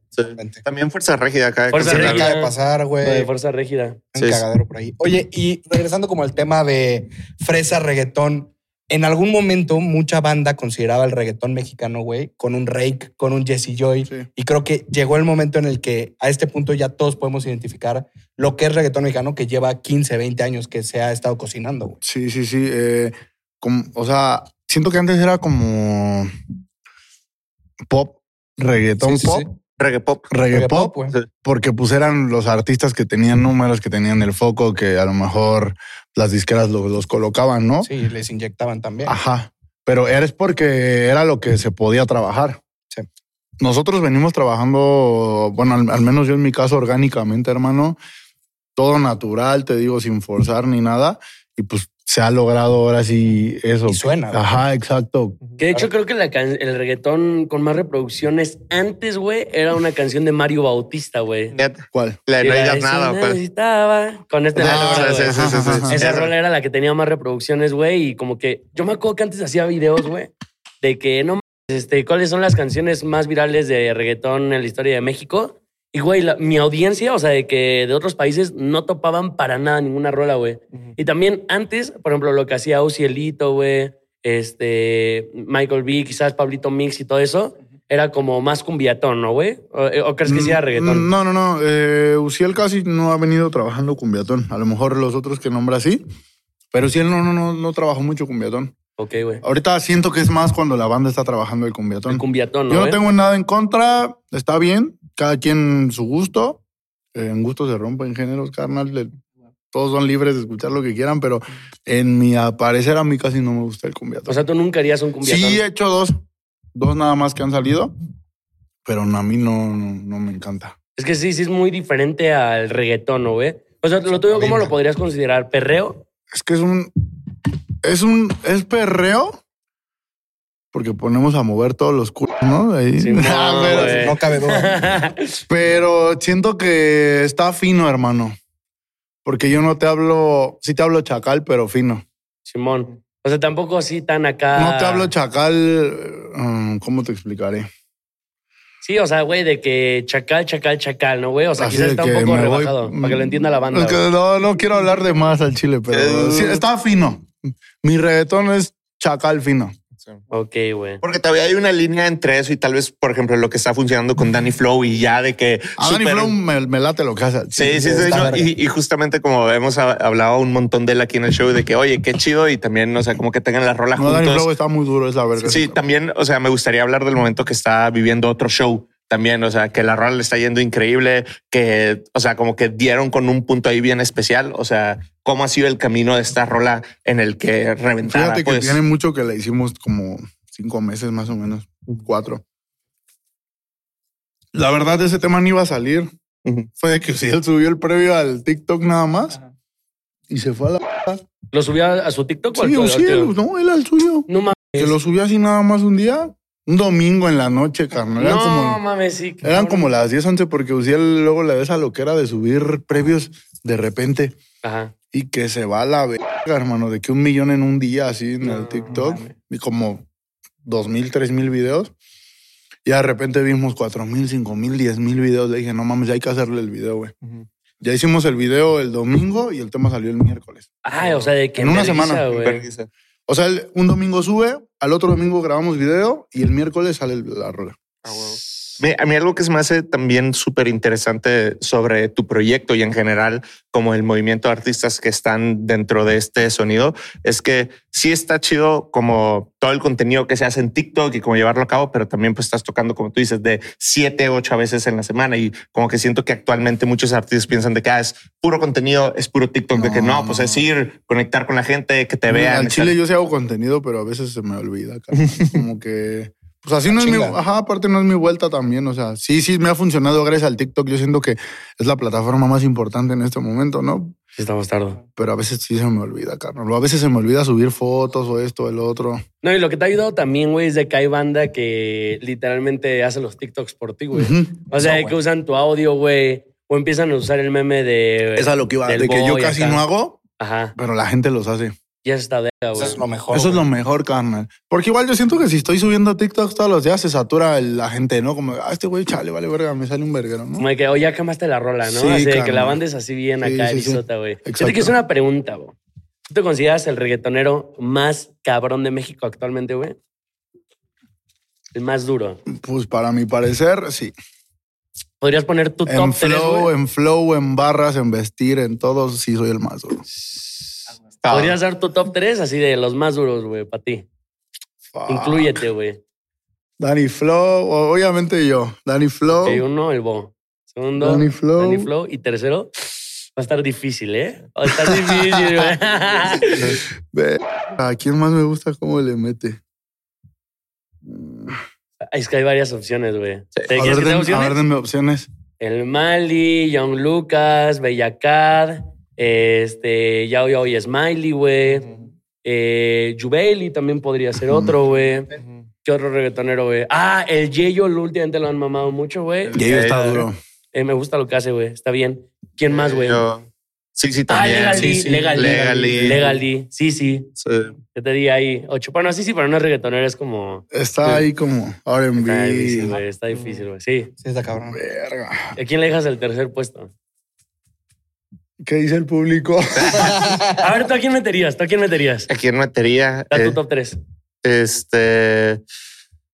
[SPEAKER 3] También Fuerza Régida acá. de
[SPEAKER 2] Fuerza
[SPEAKER 1] Se me
[SPEAKER 3] cancelar.
[SPEAKER 2] Régida.
[SPEAKER 1] acaba de pasar,
[SPEAKER 2] Lo de
[SPEAKER 1] güey.
[SPEAKER 2] fuerza rígida.
[SPEAKER 1] Un
[SPEAKER 3] Sí, sí.
[SPEAKER 1] cagadero por ahí. Oye, y regresando como al tema de fresa reggaetón, en algún momento mucha banda consideraba el reggaetón mexicano, güey, con un Rake, con un Jesse Joy.
[SPEAKER 4] Sí.
[SPEAKER 1] Y creo que llegó el momento en el que a este punto ya todos podemos identificar lo que es reggaetón mexicano que lleva 15, 20 años que se ha estado cocinando, güey.
[SPEAKER 4] Sí, sí, sí. eh, como- o sea, siento que antes era como pop, reggaetón
[SPEAKER 1] Sí, sí,
[SPEAKER 4] pop,
[SPEAKER 1] sí.
[SPEAKER 3] Reggae pop.
[SPEAKER 4] reggae
[SPEAKER 1] Reggaetón,
[SPEAKER 4] pop,
[SPEAKER 1] güey.
[SPEAKER 4] porque pues eran los artistas que tenían números, que tenían el foco, que a lo mejor las disqueras lo- los colocaban, ¿no?
[SPEAKER 1] Sí, les inyectaban también.
[SPEAKER 4] Ajá. Pero eres porque era lo que se podía trabajar.
[SPEAKER 1] Sí.
[SPEAKER 4] Nosotros venimos trabajando, bueno, al, al menos yo en mi caso orgánicamente, hermano, todo natural, te digo, sin forzar ni nada. Y pues se ha logrado ahora sí eso.
[SPEAKER 1] Y suena. güey.
[SPEAKER 4] Ajá, exacto.
[SPEAKER 2] Que de hecho creo que la can- el reggaetón con más reproducciones antes, güey, era una canción de Mario Bautista, güey.
[SPEAKER 3] Neta,
[SPEAKER 4] ¿Cuál?
[SPEAKER 3] La de
[SPEAKER 2] Y
[SPEAKER 3] Eh, no
[SPEAKER 2] la
[SPEAKER 3] digas
[SPEAKER 2] de
[SPEAKER 3] nada.
[SPEAKER 2] "Si
[SPEAKER 3] pues.
[SPEAKER 2] necesitaba", Con este
[SPEAKER 3] Ah,
[SPEAKER 2] valor,
[SPEAKER 3] sí,
[SPEAKER 2] güey.
[SPEAKER 3] sí, sí, sí, sí.
[SPEAKER 2] Esa
[SPEAKER 3] Esa-
[SPEAKER 2] rola era la que tenía más reproducciones, güey. Y como que yo me acuerdo que antes hacía videos, güey, de que no mames, este, cuáles son las canciones más virales de reggaetón en la historia de México. Y, güey, la- mi audiencia, o sea, de que de otros países no topaban para nada ninguna rola, güey. Y también antes, por ejemplo, lo que hacía Ucielito, güey, este, Michael B, quizás Pablito Mix y todo eso, era como más cumbiatón, ¿no, güey? ¿O, eh, o crees que sí era reggaetón?
[SPEAKER 4] Mm, No, no, no. Eh, Uciel casi no ha venido trabajando con Viatón. A lo mejor los otros que nombra sí. Pero Uciel no, no, no, no trabajó mucho con Viatón.
[SPEAKER 2] Ok, güey.
[SPEAKER 4] Ahorita siento que es más cuando la banda está trabajando el
[SPEAKER 2] El
[SPEAKER 4] cumbiatón.
[SPEAKER 2] cumbiatón, ¿no?
[SPEAKER 4] Yo no
[SPEAKER 2] güey?
[SPEAKER 4] tengo nada en contra, está bien, cada quien su gusto, eh, en gusto se rompen géneros, carnal, le- todos son libres de escuchar lo que quieran, pero en mi a parecer a mí casi no me gusta el
[SPEAKER 2] O
[SPEAKER 4] cumbiatón.
[SPEAKER 2] sea, tú nunca harías un cumbiatón.
[SPEAKER 4] sí he hecho dos, dos nada más que han salido, pero no, a mí no, no, no me encanta.
[SPEAKER 2] Es que sí, sí es muy diferente al reggaetón, ¿no, güey? O sea, lo tuyo, ¿cómo lo podrías considerar? ¿Perreo?
[SPEAKER 4] Es que es un, es un, es perreo. Porque ponemos a mover todos los culos, ¿no? Ahí. Ah,
[SPEAKER 2] Sí, no,
[SPEAKER 4] pero-
[SPEAKER 2] güey.
[SPEAKER 1] No cabe duda.
[SPEAKER 4] Pero siento que está fino, hermano. Porque yo no te hablo, sí te hablo chacal, pero fino.
[SPEAKER 2] Simón. O sea, tampoco así tan acá.
[SPEAKER 4] No te hablo chacal, mm, ¿cómo te explicaré?
[SPEAKER 2] Sí, o sea, güey, de que chacal, chacal, chacal, ¿no, güey? O sea,
[SPEAKER 4] Así
[SPEAKER 2] quizás
[SPEAKER 4] de
[SPEAKER 2] está
[SPEAKER 4] que
[SPEAKER 2] un poco
[SPEAKER 4] me voy- mm,
[SPEAKER 2] rebajado, para que lo entienda la banda.
[SPEAKER 4] Es que
[SPEAKER 2] güey.
[SPEAKER 4] no, no quiero hablar de más al chile, pero
[SPEAKER 3] Eh.
[SPEAKER 4] sí, está fino. Mi reggaetón es chacal fino.
[SPEAKER 2] Ok, güey.
[SPEAKER 3] Porque todavía hay una línea entre eso y tal vez, por ejemplo, lo que está funcionando con Danny Flow y ya de que.
[SPEAKER 4] A Ah, Danny
[SPEAKER 3] super-
[SPEAKER 4] Flow me, me late lo que hace.
[SPEAKER 3] Sí,
[SPEAKER 1] Sí,
[SPEAKER 3] sí, sí.
[SPEAKER 1] está
[SPEAKER 3] no,
[SPEAKER 1] verga.
[SPEAKER 3] y, y justamente como hemos ha- hablado un montón de él aquí en el show, de que, oye, qué chido. Y también, o sea, como que tengan la rola
[SPEAKER 4] No, Danny Flow
[SPEAKER 3] juntos.
[SPEAKER 4] está muy duro, es la verga.
[SPEAKER 3] Sí, también, o sea, me gustaría hablar del momento que está viviendo otro show también. O sea, que la rola le está yendo increíble, que, o sea, como que dieron con un punto ahí bien especial. O sea, cómo ha sido el camino de esta rola en el que reventara.
[SPEAKER 4] Fíjate que
[SPEAKER 3] pues.
[SPEAKER 4] tiene mucho que le hicimos como cinco meses más o menos, cuatro. La verdad, ese tema no iba a salir.
[SPEAKER 3] Ujú.
[SPEAKER 4] Fue de que si él subió el previo al TikTok nada más y se fue a la.
[SPEAKER 2] ¿Lo subió a a su TikTok? o al
[SPEAKER 4] Sí,
[SPEAKER 2] tuyo,
[SPEAKER 4] o
[SPEAKER 2] al
[SPEAKER 4] sí,
[SPEAKER 2] tuyo?
[SPEAKER 4] no, él al suyo.
[SPEAKER 2] No mames.
[SPEAKER 4] Que lo subió así nada más un día, un domingo en la noche, carnal. Eran
[SPEAKER 2] No
[SPEAKER 4] como.
[SPEAKER 2] mames, sí. qué
[SPEAKER 4] Eran
[SPEAKER 2] cabrón.
[SPEAKER 4] como las 10, 11, porque Uziel luego le da esa loquera de subir previos de repente
[SPEAKER 2] Ajá.
[SPEAKER 4] y que se va a la verga, hermano, de que un millón en un día así en el
[SPEAKER 2] No,
[SPEAKER 4] TikTok
[SPEAKER 2] mames.
[SPEAKER 4] y como dos mil, tres mil videos. Y de repente vimos cuatro mil, cinco mil, diez mil videos. Le dije, no mames, ya hay que hacerle el video, güey. Ya hicimos el video el domingo y el tema salió el miércoles.
[SPEAKER 2] Ay, o sea, de que.
[SPEAKER 4] En una
[SPEAKER 2] vergüenza,
[SPEAKER 4] semana,
[SPEAKER 2] Ah, güey.
[SPEAKER 3] Vergüenza.
[SPEAKER 4] O sea, el- un domingo sube, al otro domingo grabamos video y el miércoles sale el- la rola.
[SPEAKER 3] Me- A mí algo que se me hace también súper interesante sobre tu proyecto y en general como el movimiento de artistas que están dentro de este sonido es que sí está chido como todo el contenido que se hace en TikTok y como llevarlo a cabo, pero también pues estás tocando como tú dices de siete, ocho veces en la semana y como que siento que actualmente muchos artistas piensan de que ah, es puro contenido, es puro TikTok, de que
[SPEAKER 4] No,
[SPEAKER 3] no, pues
[SPEAKER 4] no.
[SPEAKER 3] es ir, conectar con la gente, que te vean.
[SPEAKER 4] Al
[SPEAKER 3] estar-
[SPEAKER 4] Chile yo sí hago contenido, pero a veces se me olvida. carnal. Como que Pues así no es mi,
[SPEAKER 1] Chinga.
[SPEAKER 4] ajá, aparte no es mi vuelta también, o sea, sí, sí me ha funcionado gracias al TikTok, yo siento que es la plataforma más importante en este momento, ¿no?
[SPEAKER 2] Sí, estamos tarde.
[SPEAKER 4] Pero a veces sí se me olvida, carnal, o a veces se me olvida subir fotos o esto, el otro.
[SPEAKER 2] No, y lo que te ha ayudado también, güey, es de que hay banda que literalmente hace los TikToks por ti, güey.
[SPEAKER 4] Ujú.
[SPEAKER 2] O sea,
[SPEAKER 1] No,
[SPEAKER 2] que
[SPEAKER 1] güey.
[SPEAKER 2] usan tu audio, güey, o empiezan a usar el meme de...
[SPEAKER 4] Es a lo que iba,
[SPEAKER 2] del
[SPEAKER 4] de que yo
[SPEAKER 2] boy
[SPEAKER 4] casi
[SPEAKER 2] acá.
[SPEAKER 4] no hago,
[SPEAKER 2] Ajá,
[SPEAKER 4] pero la gente los hace.
[SPEAKER 2] ya está verga,
[SPEAKER 1] Eso es
[SPEAKER 2] güey.
[SPEAKER 1] lo mejor.
[SPEAKER 4] Eso es
[SPEAKER 1] güey.
[SPEAKER 4] lo mejor, carnal. Porque igual yo siento que si estoy subiendo TikToks todos los días, se satura el- la gente, ¿no? Como, ah, este güey, chale, vale verga, me sale un verguero, ¿no?
[SPEAKER 2] Como de que, oye, ya quemaste la rola, ¿no?
[SPEAKER 4] Sí,
[SPEAKER 2] así de que
[SPEAKER 4] carnal.
[SPEAKER 2] la banda es así bien
[SPEAKER 4] Sí,
[SPEAKER 2] acá,
[SPEAKER 4] sí, sí.
[SPEAKER 2] erisota, güey. Yo te
[SPEAKER 4] Exacto.
[SPEAKER 2] quiero hacer una pregunta, güey. ¿Tú te consideras el reggaetonero más cabrón de México actualmente, güey? El más duro.
[SPEAKER 4] Pues para mi parecer, sí.
[SPEAKER 2] ¿Podrías poner tu top
[SPEAKER 4] En
[SPEAKER 2] 3,
[SPEAKER 4] flow, en flow, en barras, en vestir, en todo, sí soy el más duro. Ah.
[SPEAKER 2] ¿Podrías dar tu top 3 así de los más duros, güey, para ti?
[SPEAKER 4] Fuck.
[SPEAKER 2] Incluyete, güey.
[SPEAKER 4] Danny Flow, o- obviamente yo. Danny Flow.
[SPEAKER 2] Ok, uno, el Bo. Segundo,
[SPEAKER 4] Danny
[SPEAKER 2] Danny
[SPEAKER 4] Flow.
[SPEAKER 2] Flow. Y tercero, va a estar difícil, ¿eh? Va a estar difícil, güey.
[SPEAKER 4] Ve, ¿A quién más me gusta cómo le mete? Mm,
[SPEAKER 2] Ay, es que hay varias opciones, güey. ¿Te
[SPEAKER 4] A
[SPEAKER 2] quieres
[SPEAKER 4] ver,
[SPEAKER 2] que te
[SPEAKER 4] den-
[SPEAKER 2] dé
[SPEAKER 4] a
[SPEAKER 2] opciones?
[SPEAKER 4] ver, denme opciones.
[SPEAKER 2] El Mali, Young Lucas, Bellacad, este, Yao Yao y Smiley, güey. Eh, Jubeli también podría ser otro, güey. ¿Qué otro reggaetonero, güey? Ah, el Yeyo, lo últimamente lo han mamado mucho, güey.
[SPEAKER 3] El-
[SPEAKER 4] Y
[SPEAKER 3] Yayo
[SPEAKER 4] está
[SPEAKER 3] está
[SPEAKER 4] duro.
[SPEAKER 3] duro.
[SPEAKER 2] Eh, me gusta lo que hace, güey. Está bien. ¿Quién más, güey?
[SPEAKER 3] Yo- Sí, sí,
[SPEAKER 2] Ah,
[SPEAKER 3] también.
[SPEAKER 2] Legally,
[SPEAKER 3] Sí, sí.
[SPEAKER 2] Legally.
[SPEAKER 3] Legally.
[SPEAKER 2] Legally. Sí, sí.
[SPEAKER 3] Sí.
[SPEAKER 2] Yo te di ahí ocho. Bueno, sí, sí, pero no es reggaetonero, es como...
[SPEAKER 4] Está ahí como
[SPEAKER 2] Está difícil,
[SPEAKER 4] R&B.
[SPEAKER 2] güey. Está difícil, güey. Sí.
[SPEAKER 1] Sí, está cabrón.
[SPEAKER 4] Verga.
[SPEAKER 2] ¿A quién le dejas el tercer puesto?
[SPEAKER 4] ¿Qué dice el público?
[SPEAKER 2] A ver, ¿tú a quién meterías? ¿Tú a quién meterías?
[SPEAKER 3] Aquí en batería.
[SPEAKER 2] Da
[SPEAKER 3] eh,
[SPEAKER 2] tu top tres.
[SPEAKER 3] Este.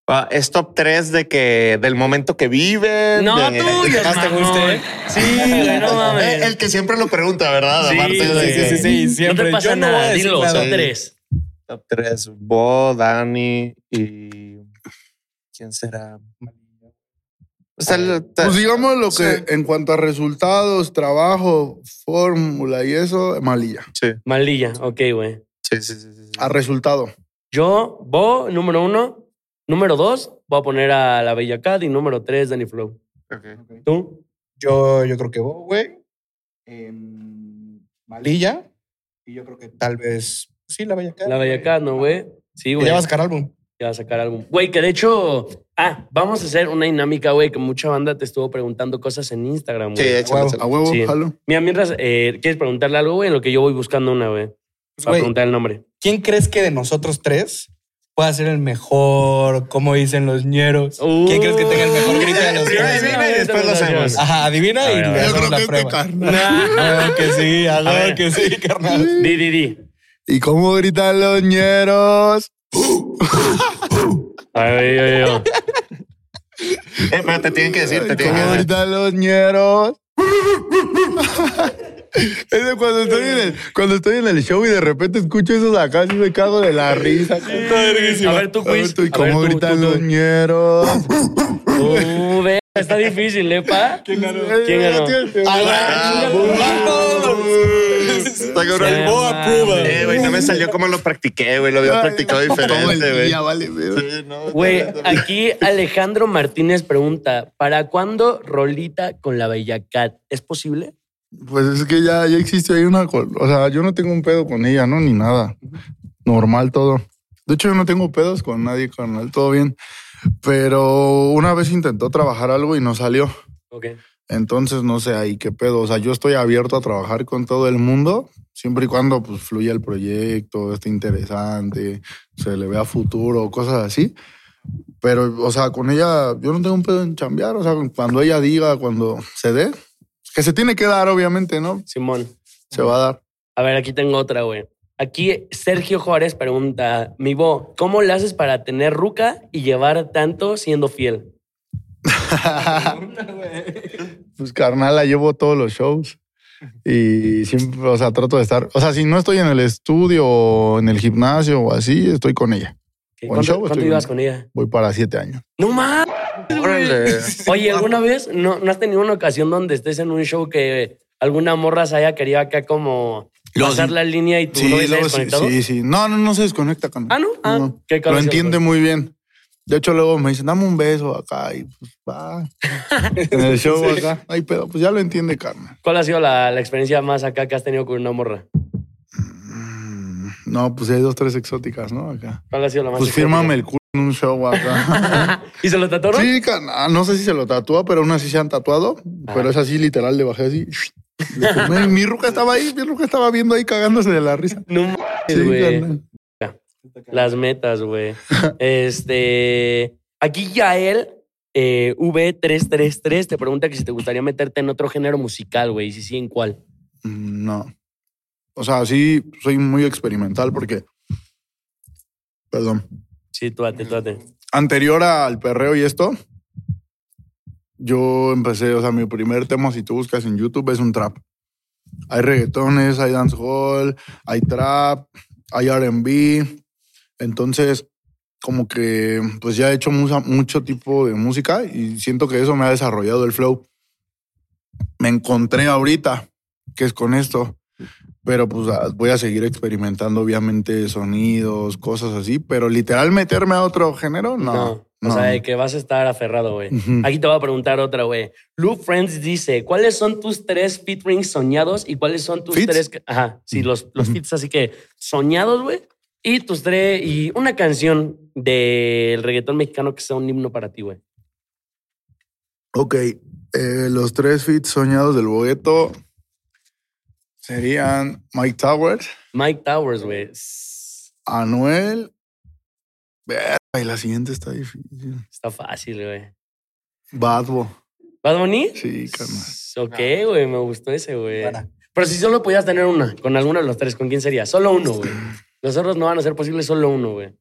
[SPEAKER 3] ah, Es top 3 de que del momento que
[SPEAKER 1] Eh,
[SPEAKER 3] viven.
[SPEAKER 2] No,
[SPEAKER 3] de-
[SPEAKER 2] tuyos,
[SPEAKER 3] Ah, ¿te
[SPEAKER 2] mamón.
[SPEAKER 3] guste?
[SPEAKER 2] Sí, güey, no mames.
[SPEAKER 3] Eh, El que siempre lo pregunta, ¿verdad?
[SPEAKER 2] Sí,
[SPEAKER 3] Aparte de
[SPEAKER 2] güey.
[SPEAKER 3] que-
[SPEAKER 1] sí, sí, sí,
[SPEAKER 2] No
[SPEAKER 1] siempre.
[SPEAKER 2] te
[SPEAKER 1] Yo
[SPEAKER 2] pasa
[SPEAKER 1] no voy a
[SPEAKER 2] nada,
[SPEAKER 1] decir
[SPEAKER 2] dilo,
[SPEAKER 1] nada.
[SPEAKER 2] son tres.
[SPEAKER 3] Top 3. Bo, Dani y. ¿Quién será? O sea, lo-
[SPEAKER 4] Pues digamos lo que
[SPEAKER 3] Sí.
[SPEAKER 4] en cuanto a resultados, trabajo, fórmula y eso, malilla.
[SPEAKER 3] Sí,
[SPEAKER 2] Malilla, ok, güey.
[SPEAKER 3] sí, sí. sí, sí, sí.
[SPEAKER 4] A resultado.
[SPEAKER 2] Yo, Bo, número uno. Número dos, voy a poner a la Bella Cat y número tres, Danny Flow.
[SPEAKER 3] Ok.
[SPEAKER 2] ¿Tú?
[SPEAKER 1] Yo, yo creo que vos, güey. Em, Malilla. Y yo creo que tal vez. Sí, la Bella Cat.
[SPEAKER 2] La Bella Cat, ¿no, güey? Sí,
[SPEAKER 1] Que
[SPEAKER 2] güey.
[SPEAKER 1] Ya va a sacar álbum.
[SPEAKER 2] Ya va a sacar álbum. Güey, que de hecho... Ah, vamos a hacer una dinámica, güey, que mucha banda te estuvo preguntando cosas en Instagram,
[SPEAKER 3] Sí,
[SPEAKER 2] güey.
[SPEAKER 3] échale,
[SPEAKER 1] Wow.
[SPEAKER 3] échale.
[SPEAKER 4] A huevo,
[SPEAKER 2] Sí.
[SPEAKER 4] jalo.
[SPEAKER 2] Mira, mientras, eh, ¿quieres preguntarle algo, güey? En lo que yo voy buscando una, güey. Para
[SPEAKER 1] Pues, Güey,
[SPEAKER 2] preguntar el nombre.
[SPEAKER 1] ¿quién crees que de nosotros tres pueda ser el mejor? Como dicen los ñeros. ¿Quién crees que tenga el mejor grito de los
[SPEAKER 3] Primero
[SPEAKER 1] tres?
[SPEAKER 3] adivina y después lo hacemos.
[SPEAKER 2] Ah,
[SPEAKER 1] Ajá, adivina
[SPEAKER 2] Pues, A
[SPEAKER 1] y
[SPEAKER 2] ver, a
[SPEAKER 1] le
[SPEAKER 2] ver.
[SPEAKER 1] hacemos la prueba.
[SPEAKER 4] carnal.
[SPEAKER 1] Ah, que sí, a
[SPEAKER 2] A ver.
[SPEAKER 1] ver que sí, carnal.
[SPEAKER 2] Di, di, di.
[SPEAKER 4] ¿Y cómo gritan los ñeros?
[SPEAKER 2] Ay, ay, ay, ay.
[SPEAKER 3] Eh, pero te tienen que decir, te tienen que
[SPEAKER 4] ¿Cómo
[SPEAKER 3] decir.
[SPEAKER 4] gritan los ñeros? Es de cuando estoy, en el, cuando estoy en el show y de repente escucho esos acá, sí me cago de la risa.
[SPEAKER 1] Está verguísima.
[SPEAKER 2] A ver, tú,
[SPEAKER 4] A ver
[SPEAKER 2] quiz.
[SPEAKER 4] tú, ¿Y
[SPEAKER 2] A ver,
[SPEAKER 4] cómo
[SPEAKER 2] tú,
[SPEAKER 4] gritan
[SPEAKER 2] tú, tú.
[SPEAKER 4] los ñeros?
[SPEAKER 2] Uh, ve, está difícil, ¿eh, pa? ¿Quién ¿Quién ganó?
[SPEAKER 1] Ah,
[SPEAKER 3] güey.
[SPEAKER 1] ¡Vámonos!
[SPEAKER 3] Está cabrón.
[SPEAKER 1] El Bo
[SPEAKER 2] pues,
[SPEAKER 1] aprueba.
[SPEAKER 3] Eh, güey, no me salió como lo practiqué, güey. Lo había practicado
[SPEAKER 4] Todo el
[SPEAKER 3] diferente, güey.
[SPEAKER 4] día, vale, verga.
[SPEAKER 3] Sí, no,
[SPEAKER 2] Güey,
[SPEAKER 3] no, no, no.
[SPEAKER 2] aquí Alejandro Martínez pregunta, ¿para cuándo Rolita con la Bella Cat? ¿Es posible?
[SPEAKER 4] Pues es que ya, ya existe ahí una... col- O sea, yo no tengo un pedo con ella, ¿no? Ni nada. Normal todo. De hecho, yo no tengo pedos con nadie, con todo bien. Pero una vez intentó trabajar algo y no salió.
[SPEAKER 2] Ok.
[SPEAKER 4] Entonces, no sé ahí qué pedo. O sea, yo estoy abierto a trabajar con todo el mundo, siempre y cuando pues, fluya el proyecto, esté interesante, se le vea futuro, cosas así. Pero, o sea, con ella, yo no tengo un pedo en chambear. O sea, cuando ella diga, cuando se dé, que se tiene que dar, obviamente, ¿no?
[SPEAKER 2] Simón.
[SPEAKER 4] Se va a dar.
[SPEAKER 2] A ver, aquí tengo otra, güey. Aquí Sergio Juárez pregunta, mi bo, ¿cómo le haces para tener ruca y llevar tanto siendo fiel?
[SPEAKER 4] Pues carnal, la llevo a todos los shows. Y siempre, o sea, trato de estar. O sea, si no estoy en el estudio o en el gimnasio o así, estoy con ella.
[SPEAKER 2] ¿Qué-
[SPEAKER 4] Buen show,
[SPEAKER 2] ¿Cuánto, cuánto
[SPEAKER 4] estoy
[SPEAKER 2] ibas
[SPEAKER 4] bien.
[SPEAKER 2] con ella?
[SPEAKER 4] Voy para siete años.
[SPEAKER 2] No más.
[SPEAKER 3] Órale.
[SPEAKER 2] Oye, ¿alguna vez no, no has tenido una ocasión donde estés en un show que alguna morra se haya querido acá como
[SPEAKER 4] Luego
[SPEAKER 2] pasar
[SPEAKER 4] sí.
[SPEAKER 2] la línea y tú
[SPEAKER 4] Sí,
[SPEAKER 2] no ves
[SPEAKER 4] luego sí,
[SPEAKER 2] desconectado?
[SPEAKER 4] sí, sí. No, no, no se desconecta con
[SPEAKER 2] Ah, no. Ah, qué
[SPEAKER 4] Lo
[SPEAKER 2] conoces,
[SPEAKER 4] entiende
[SPEAKER 2] güey.
[SPEAKER 4] muy bien. De hecho, luego me dicen, dame un beso acá y pues va. en el show acá. Ay, pero pues ya lo entiende, Carmen.
[SPEAKER 2] ¿Cuál ha sido la, la experiencia más acá que has tenido con una morra?
[SPEAKER 4] Mm, No, pues hay dos, tres exóticas, ¿no? Acá.
[SPEAKER 2] ¿Cuál ha sido la más
[SPEAKER 4] Pues
[SPEAKER 2] exótica?
[SPEAKER 4] fírmame el culo en un show acá.
[SPEAKER 2] ¿Y se lo tatuaron?
[SPEAKER 4] sí, cana- no sé si se lo tatúa, pero unas sí se han tatuado.
[SPEAKER 2] Ah.
[SPEAKER 4] Pero es así, literal, le bajé así. Le tomé. mi ruca estaba ahí, mi ruca estaba viendo ahí cagándose de la risa.
[SPEAKER 2] No mames,
[SPEAKER 4] Sí,
[SPEAKER 2] güey.
[SPEAKER 4] carnal.
[SPEAKER 2] Las metas, güey. Este. Aquí Yael eh, V333 te pregunta que si te gustaría meterte en otro género musical, güey. Y si sí, ¿en cuál?
[SPEAKER 4] Mm, No. O sea, sí, soy muy experimental porque. Perdón.
[SPEAKER 2] Sí, tuate, tuate.
[SPEAKER 4] anterior al perreo y esto, yo empecé, o sea, mi primer tema, si tú buscas en YouTube, es un trap. Hay reggaetones, hay dancehall, hay trap, hay RB. Entonces, como que, pues ya he hecho musa- mucho tipo de música y siento que eso me ha desarrollado el flow. Me encontré ahorita, que es con esto. Pero pues ah, voy a seguir experimentando, obviamente, sonidos, cosas así. Pero literal meterme a otro género, no.
[SPEAKER 2] O
[SPEAKER 4] no.
[SPEAKER 2] sea, de que vas a estar aferrado, güey.
[SPEAKER 4] Ujú.
[SPEAKER 2] Aquí te voy a preguntar otra, güey. Lou Friends dice: ¿Cuáles son tus tres fit rings soñados y cuáles son tus
[SPEAKER 4] ¿Fits?
[SPEAKER 2] tres. que- Ajá, sí, los, los
[SPEAKER 4] Ujú.
[SPEAKER 2] fits, así que soñados, güey. Y tus tres. Y una canción del reggaetón mexicano que sea un himno para ti, güey.
[SPEAKER 4] Ok, eh, los tres feats soñados del Bogueto serían Mike Towers,
[SPEAKER 2] Mike Towers, güey. S-
[SPEAKER 4] Anuel. Verga, Y la siguiente está difícil.
[SPEAKER 2] Está fácil, güey.
[SPEAKER 4] Badbo.
[SPEAKER 2] ¿Bad Bunny?
[SPEAKER 4] Sí, carnal.
[SPEAKER 2] S- Ok, güey, me gustó ese, güey.
[SPEAKER 1] Buena.
[SPEAKER 2] Pero si solo podías tener una, con alguno de los tres, ¿con quién sería? Solo uno, güey. Los otros no van a ser posibles, solo uno, güey.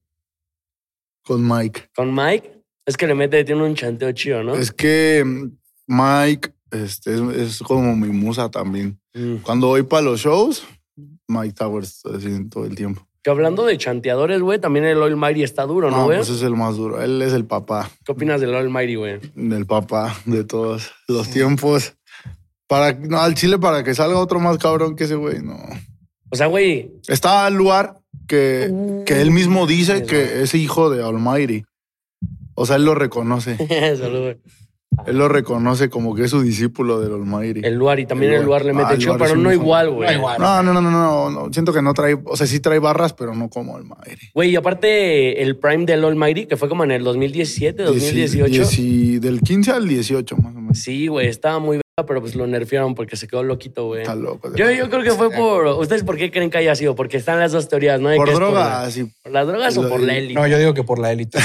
[SPEAKER 4] Con Mike.
[SPEAKER 2] Con Mike, es que le mete, tiene un chanteo chido, ¿no?
[SPEAKER 4] Es que mm, Mike este, es, es como mi musa también.
[SPEAKER 2] Mm.
[SPEAKER 4] Cuando voy para los shows, Mike Towers así todo el tiempo.
[SPEAKER 2] Que hablando de chanteadores, güey, también el Oil Mighty está duro, ¿no,
[SPEAKER 4] No,
[SPEAKER 2] güey?
[SPEAKER 4] pues es el más duro. Él es el papá,
[SPEAKER 2] ¿Qué opinas del Oil Mighty, güey?
[SPEAKER 4] del papá de todos los tiempos. Para, no, al Chile para que salga otro más cabrón que ese güey, no.
[SPEAKER 2] O sea, güey,
[SPEAKER 4] Está el lugar que, que
[SPEAKER 2] Uh,
[SPEAKER 4] él mismo dice
[SPEAKER 2] Sí,
[SPEAKER 4] que es hijo de Almighty. O sea, él lo reconoce.
[SPEAKER 2] solo, güey.
[SPEAKER 4] Él lo reconoce como que es su discípulo del Almighty.
[SPEAKER 2] el Luar y también
[SPEAKER 4] El
[SPEAKER 2] el Luar le
[SPEAKER 4] Luar.
[SPEAKER 2] mete
[SPEAKER 4] Ah, el
[SPEAKER 2] chido,
[SPEAKER 4] Luar es
[SPEAKER 2] pero
[SPEAKER 4] un
[SPEAKER 2] no
[SPEAKER 4] hijo.
[SPEAKER 2] igual, güey.
[SPEAKER 1] No igual.
[SPEAKER 4] No, no, no, no, no, no. Siento que no trae, o sea, sí trae barras, pero no como Almighty.
[SPEAKER 2] Güey, y aparte el Prime del All Mighty, que fue como en el 2017, 2018.
[SPEAKER 4] Dieci- dieci- del 15 al 18, más o menos.
[SPEAKER 2] Sí, güey, estaba muy verga, pero pues lo nerfearon porque se quedó loquito, güey.
[SPEAKER 4] Está loco.
[SPEAKER 2] Yo, yo creo que fue por. ¿Ustedes por qué creen que haya sido? Porque están las dos teorías, ¿no? De
[SPEAKER 4] por
[SPEAKER 2] que es
[SPEAKER 4] drogas y
[SPEAKER 2] ¿Por las drogas o
[SPEAKER 4] Lo-
[SPEAKER 2] por la élite?
[SPEAKER 1] No, yo digo que por la élite.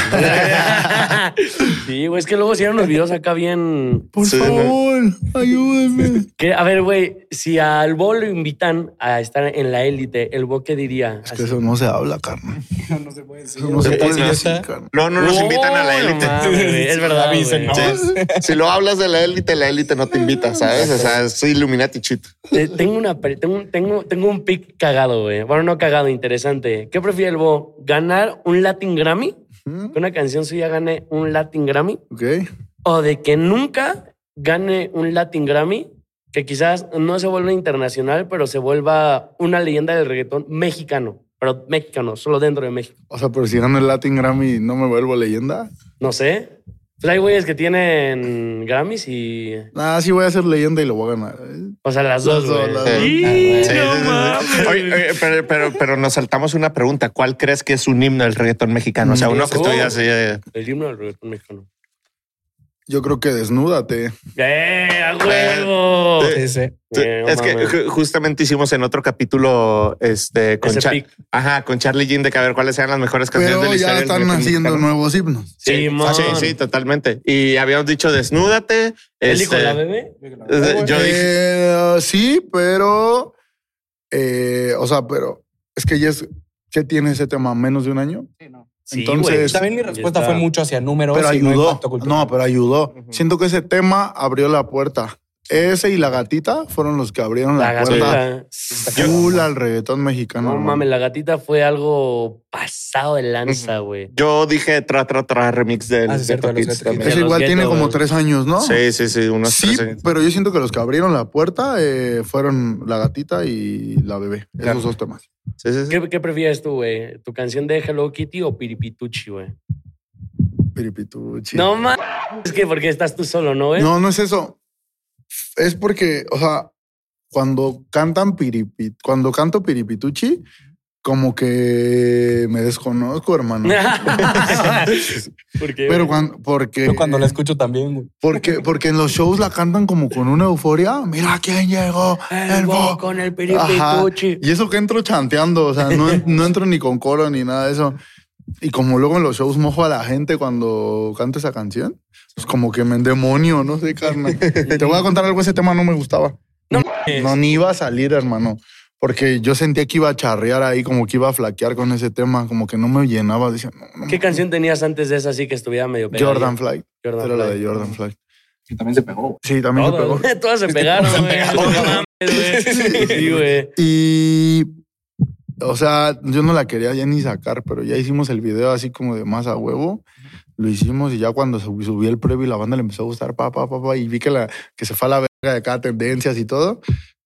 [SPEAKER 2] sí, güey, es que luego hicieron unos videos acá bien.
[SPEAKER 4] Por
[SPEAKER 3] Sí,
[SPEAKER 4] favor, ayúdenme.
[SPEAKER 2] Que, a ver, güey, si al Bo lo invitan a estar en la élite, ¿el Bo qué diría?
[SPEAKER 4] Es que eso no se habla, carnal.
[SPEAKER 1] no se puede decir.
[SPEAKER 4] Eso no se
[SPEAKER 3] Sí,
[SPEAKER 4] puede
[SPEAKER 3] sí,
[SPEAKER 4] decir,
[SPEAKER 1] está.
[SPEAKER 4] carnal.
[SPEAKER 3] No, no nos invitan
[SPEAKER 2] Oh,
[SPEAKER 3] a la élite.
[SPEAKER 2] es verdad.
[SPEAKER 1] Avisen,
[SPEAKER 2] güey.
[SPEAKER 1] ¿no?
[SPEAKER 3] Sí. Si lo hablas de la élite, la élite no te invita, ¿sabes? O sea, es Illuminati chito.
[SPEAKER 2] Te- Tengo, una, pre- tengo, un- tengo, tengo un pick cagado, güey. Bueno, no cagado, interesante. ¿Qué prefiere el Bo? ¿Ganar un Latin Grammy?
[SPEAKER 4] ¿Mm?
[SPEAKER 2] ¿Que una canción suya gane un Latin Grammy?
[SPEAKER 4] Ok.
[SPEAKER 2] ¿O de que nunca gane un Latin Grammy? Que quizás no se vuelva internacional, pero se vuelva una leyenda del reggaetón mexicano. Pero mexicano, solo dentro de México.
[SPEAKER 4] O sea, pero si gano el Latin Grammy, ¿no me vuelvo leyenda?
[SPEAKER 2] No sé. Pues hay güeyes que tienen Grammys y.
[SPEAKER 4] Nah, sí voy a ser leyenda y lo voy a ganar. ¿eh?
[SPEAKER 2] O sea, las
[SPEAKER 4] Las
[SPEAKER 2] dos.
[SPEAKER 4] dos,
[SPEAKER 2] güey.
[SPEAKER 4] las dos.
[SPEAKER 2] ¡Y,
[SPEAKER 3] Sí, sí, sí,
[SPEAKER 2] no
[SPEAKER 3] sí.
[SPEAKER 2] mames!
[SPEAKER 3] Oye, oye, pero, pero, pero nos saltamos una pregunta. ¿Cuál crees que es un himno del reggaetón mexicano? O sea, uno que
[SPEAKER 2] Uh.
[SPEAKER 3] estoy así. eh,
[SPEAKER 2] El himno del reggaetón mexicano.
[SPEAKER 4] Yo creo que desnúdate.
[SPEAKER 2] ¡Eh, a huevo!
[SPEAKER 1] Sí, sí.
[SPEAKER 2] Eh, no
[SPEAKER 3] es que
[SPEAKER 2] mames.
[SPEAKER 3] ju- justamente hicimos en otro capítulo este, con,
[SPEAKER 2] Ese
[SPEAKER 3] Cha-
[SPEAKER 2] pic.
[SPEAKER 3] Ajá, con Charlie Jean de que a ver cuáles sean las mejores canciones de
[SPEAKER 4] Pero
[SPEAKER 3] la historia.
[SPEAKER 4] ya
[SPEAKER 3] del
[SPEAKER 4] están
[SPEAKER 3] reggaetón
[SPEAKER 4] haciendo
[SPEAKER 3] mexicano.
[SPEAKER 4] nuevos himnos.
[SPEAKER 3] Sí,
[SPEAKER 2] Simón.
[SPEAKER 3] sí, sí, totalmente. Y habíamos dicho desnúdate.
[SPEAKER 2] ¿Él dijo
[SPEAKER 3] este,
[SPEAKER 2] la bebé?
[SPEAKER 3] eh, yo dije,
[SPEAKER 4] Eh, sí, pero. eh, o sea, pero es que ya es. ¿Qué tiene ese tema? ¿Menos de un año?
[SPEAKER 2] Sí,
[SPEAKER 4] entonces-
[SPEAKER 2] güey.
[SPEAKER 1] También mi respuesta
[SPEAKER 2] Ya
[SPEAKER 1] fue
[SPEAKER 2] está.
[SPEAKER 1] mucho hacia números
[SPEAKER 4] pero
[SPEAKER 1] y no
[SPEAKER 4] ayudó.
[SPEAKER 1] impacto cultural.
[SPEAKER 4] No, pero ayudó.
[SPEAKER 3] Ujú.
[SPEAKER 4] Siento que ese tema abrió la puerta. Ese y la gatita fueron los que abrieron la,
[SPEAKER 2] La
[SPEAKER 4] puerta.
[SPEAKER 2] gatita.
[SPEAKER 4] Full al reggaetón mexicano.
[SPEAKER 2] No
[SPEAKER 4] hermano.
[SPEAKER 2] mames, la gatita fue algo pasado de lanza, güey.
[SPEAKER 3] yo dije tra, tra, tra, remix del
[SPEAKER 1] Ah, sí, cierto,
[SPEAKER 3] Ghetto
[SPEAKER 1] de los
[SPEAKER 3] Kids
[SPEAKER 1] Ghetto Kids.
[SPEAKER 3] también.
[SPEAKER 4] Ese
[SPEAKER 2] los
[SPEAKER 4] igual tiene
[SPEAKER 2] Ghetto,
[SPEAKER 4] como
[SPEAKER 2] güey.
[SPEAKER 4] tres años, ¿no?
[SPEAKER 3] Sí, sí, sí, unos
[SPEAKER 4] Sí,
[SPEAKER 3] tres años.
[SPEAKER 4] pero yo siento que los que abrieron la puerta eh, fueron la gatita y la bebé.
[SPEAKER 3] Claro.
[SPEAKER 4] Esos dos temas.
[SPEAKER 3] Sí, sí, sí.
[SPEAKER 2] ¿Qué, qué prefieres tú, güey? ¿Tu canción de Hello Kitty o Piripituchi, güey?
[SPEAKER 4] Piripituchi.
[SPEAKER 2] No más. Es que porque estás tú solo, ¿no, güey?
[SPEAKER 4] No, no es eso. Es porque, o sea, cuando cantan piripit, cuando canto piripituchi, como que me desconozco, hermano.
[SPEAKER 2] ¿Por qué?
[SPEAKER 4] Pero cuando, porque,
[SPEAKER 1] Yo cuando la escucho también, güey.
[SPEAKER 4] porque, porque en los shows la cantan como con una euforia. Mira quién llegó,
[SPEAKER 2] El
[SPEAKER 4] el
[SPEAKER 2] bo
[SPEAKER 4] bo.
[SPEAKER 2] con el
[SPEAKER 4] Ajá.
[SPEAKER 2] piripituchi.
[SPEAKER 4] Y eso que entro chanteando, o sea, no, no entro ni con coro ni nada de eso. Y como luego en los shows mojo a la gente cuando canto esa canción, pues como que me endemonio, no sé, carnal. Te voy a contar algo, ese tema no me gustaba.
[SPEAKER 2] No
[SPEAKER 4] No, ni iba a salir, hermano. Porque yo sentía que iba a charrear ahí, como que iba a flaquear con ese tema, como que no me llenaba. Decía, no, no.
[SPEAKER 2] ¿Qué canción tenías antes de esa así que estuviera medio pegada?
[SPEAKER 4] Jordan Flight.
[SPEAKER 2] Jordan
[SPEAKER 4] Era la
[SPEAKER 2] Fly.
[SPEAKER 4] de Jordan Flight.
[SPEAKER 1] Que también se pegó.
[SPEAKER 4] Sí, también se pegó. Este,
[SPEAKER 2] Todas, güey, todas se pegaron,
[SPEAKER 1] se
[SPEAKER 2] güey.
[SPEAKER 1] pegaron.
[SPEAKER 2] No mames, güey. Sí, güey.
[SPEAKER 4] Y. O sea, yo no la quería ya ni sacar, pero ya hicimos el video así como de más a huevo. Lo hicimos y ya cuando subí, subí el previo y la banda le empezó a gustar, pa, pa, pa, pa, y vi que, la, que se fue a la verga de cada tendencias y todo.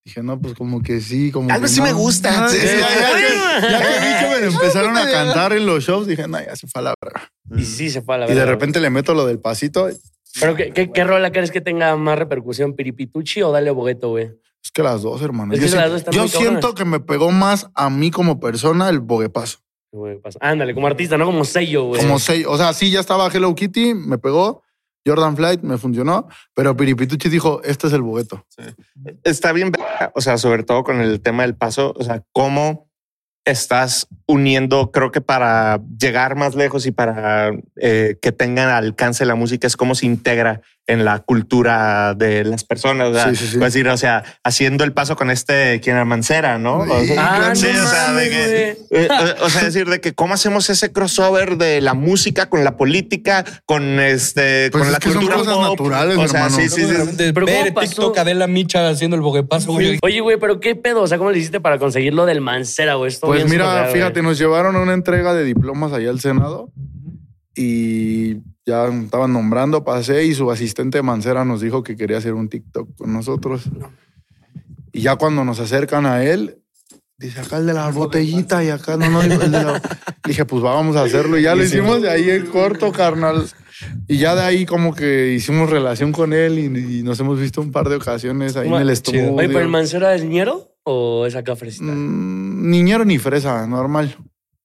[SPEAKER 4] Dije, no, pues como que sí, como
[SPEAKER 3] Algo
[SPEAKER 4] que
[SPEAKER 3] sí
[SPEAKER 4] no.
[SPEAKER 3] me gusta.
[SPEAKER 4] Ah,
[SPEAKER 3] Sí,
[SPEAKER 4] sí,
[SPEAKER 3] sí,
[SPEAKER 4] ya, ya, ya, ya que vi que me lo empezaron a
[SPEAKER 3] ya.
[SPEAKER 4] cantar en los shows, dije, no, ya se fue a la verga.
[SPEAKER 2] Y
[SPEAKER 3] Mm.
[SPEAKER 2] sí se fue a la
[SPEAKER 4] Y de
[SPEAKER 2] verga.
[SPEAKER 4] repente le meto lo del pasito. Es
[SPEAKER 2] ¿Pero qué, qué, qué rola crees que tenga más repercusión? ¿Piripituchi o Dale Bogueto, güey?
[SPEAKER 4] que las dos, hermano.
[SPEAKER 2] Es
[SPEAKER 4] Yo,
[SPEAKER 2] que
[SPEAKER 4] sí-
[SPEAKER 2] las dos están
[SPEAKER 4] yo
[SPEAKER 2] muy cabronas.
[SPEAKER 4] siento que me pegó más a mí como persona el boguepaso.
[SPEAKER 2] Güey, pasa. Ándale, como artista, no como sello, güey.
[SPEAKER 4] Como seis. O sea, sí, ya estaba Hello Kitty, me pegó. Jordan Flight me funcionó, pero Piripituchi dijo, este es el bogueto.
[SPEAKER 3] está bien, verga, o sea, sobre todo con el tema del paso, o sea, cómo estás uniendo, creo que para llegar más lejos y para eh, que tengan alcance la música es cómo se integra en la cultura de las personas. O sea,
[SPEAKER 4] Sí, sí, sí.
[SPEAKER 3] puedes decir, o sea, haciendo el paso con este quien era Mancera, ¿no? O sea,
[SPEAKER 2] Ah,
[SPEAKER 3] Sí,
[SPEAKER 2] no
[SPEAKER 3] o sea, de
[SPEAKER 2] mames,
[SPEAKER 3] que-
[SPEAKER 2] güey.
[SPEAKER 3] eh, eh, o sea, decir de que cómo hacemos ese crossover de la música con la política, con este,
[SPEAKER 4] Pues
[SPEAKER 3] con
[SPEAKER 4] es
[SPEAKER 3] la
[SPEAKER 4] que son
[SPEAKER 3] cultura
[SPEAKER 4] cosas
[SPEAKER 3] pop.
[SPEAKER 4] naturales,
[SPEAKER 3] o sea,
[SPEAKER 4] hermano.
[SPEAKER 3] sí, sí, sí, sí.
[SPEAKER 2] ¿Pero cómo
[SPEAKER 1] Ver
[SPEAKER 2] pasó?
[SPEAKER 1] TikTok Adela Micha haciendo el boguepaso, güey.
[SPEAKER 2] Oye, güey, pero qué pedo. O sea, ¿cómo le hiciste para conseguir lo del Mancera, güey? Esto
[SPEAKER 4] Pues
[SPEAKER 2] bien eh.
[SPEAKER 4] mira,
[SPEAKER 2] surreal, güey.
[SPEAKER 4] fíjate, nos llevaron a una entrega de diplomas allá al Senado y ya estaban nombrando, pasé y su asistente Mancera nos dijo que quería hacer un TikTok con nosotros. Y ya cuando nos acercan a él, dice acá el de la botellita y acá no, no, el de la... Dije, pues vamos a hacerlo. Y ya lo hicimos de ahí en corto, carnal. Y ya de ahí como que hicimos relación con él y, y nos hemos visto un par de ocasiones ahí en el
[SPEAKER 1] Chido.
[SPEAKER 4] estudio.
[SPEAKER 2] Oye, ¿pero el Mancera es ñero o es acá fresita?
[SPEAKER 4] Mm, niñero ni fresa, normal.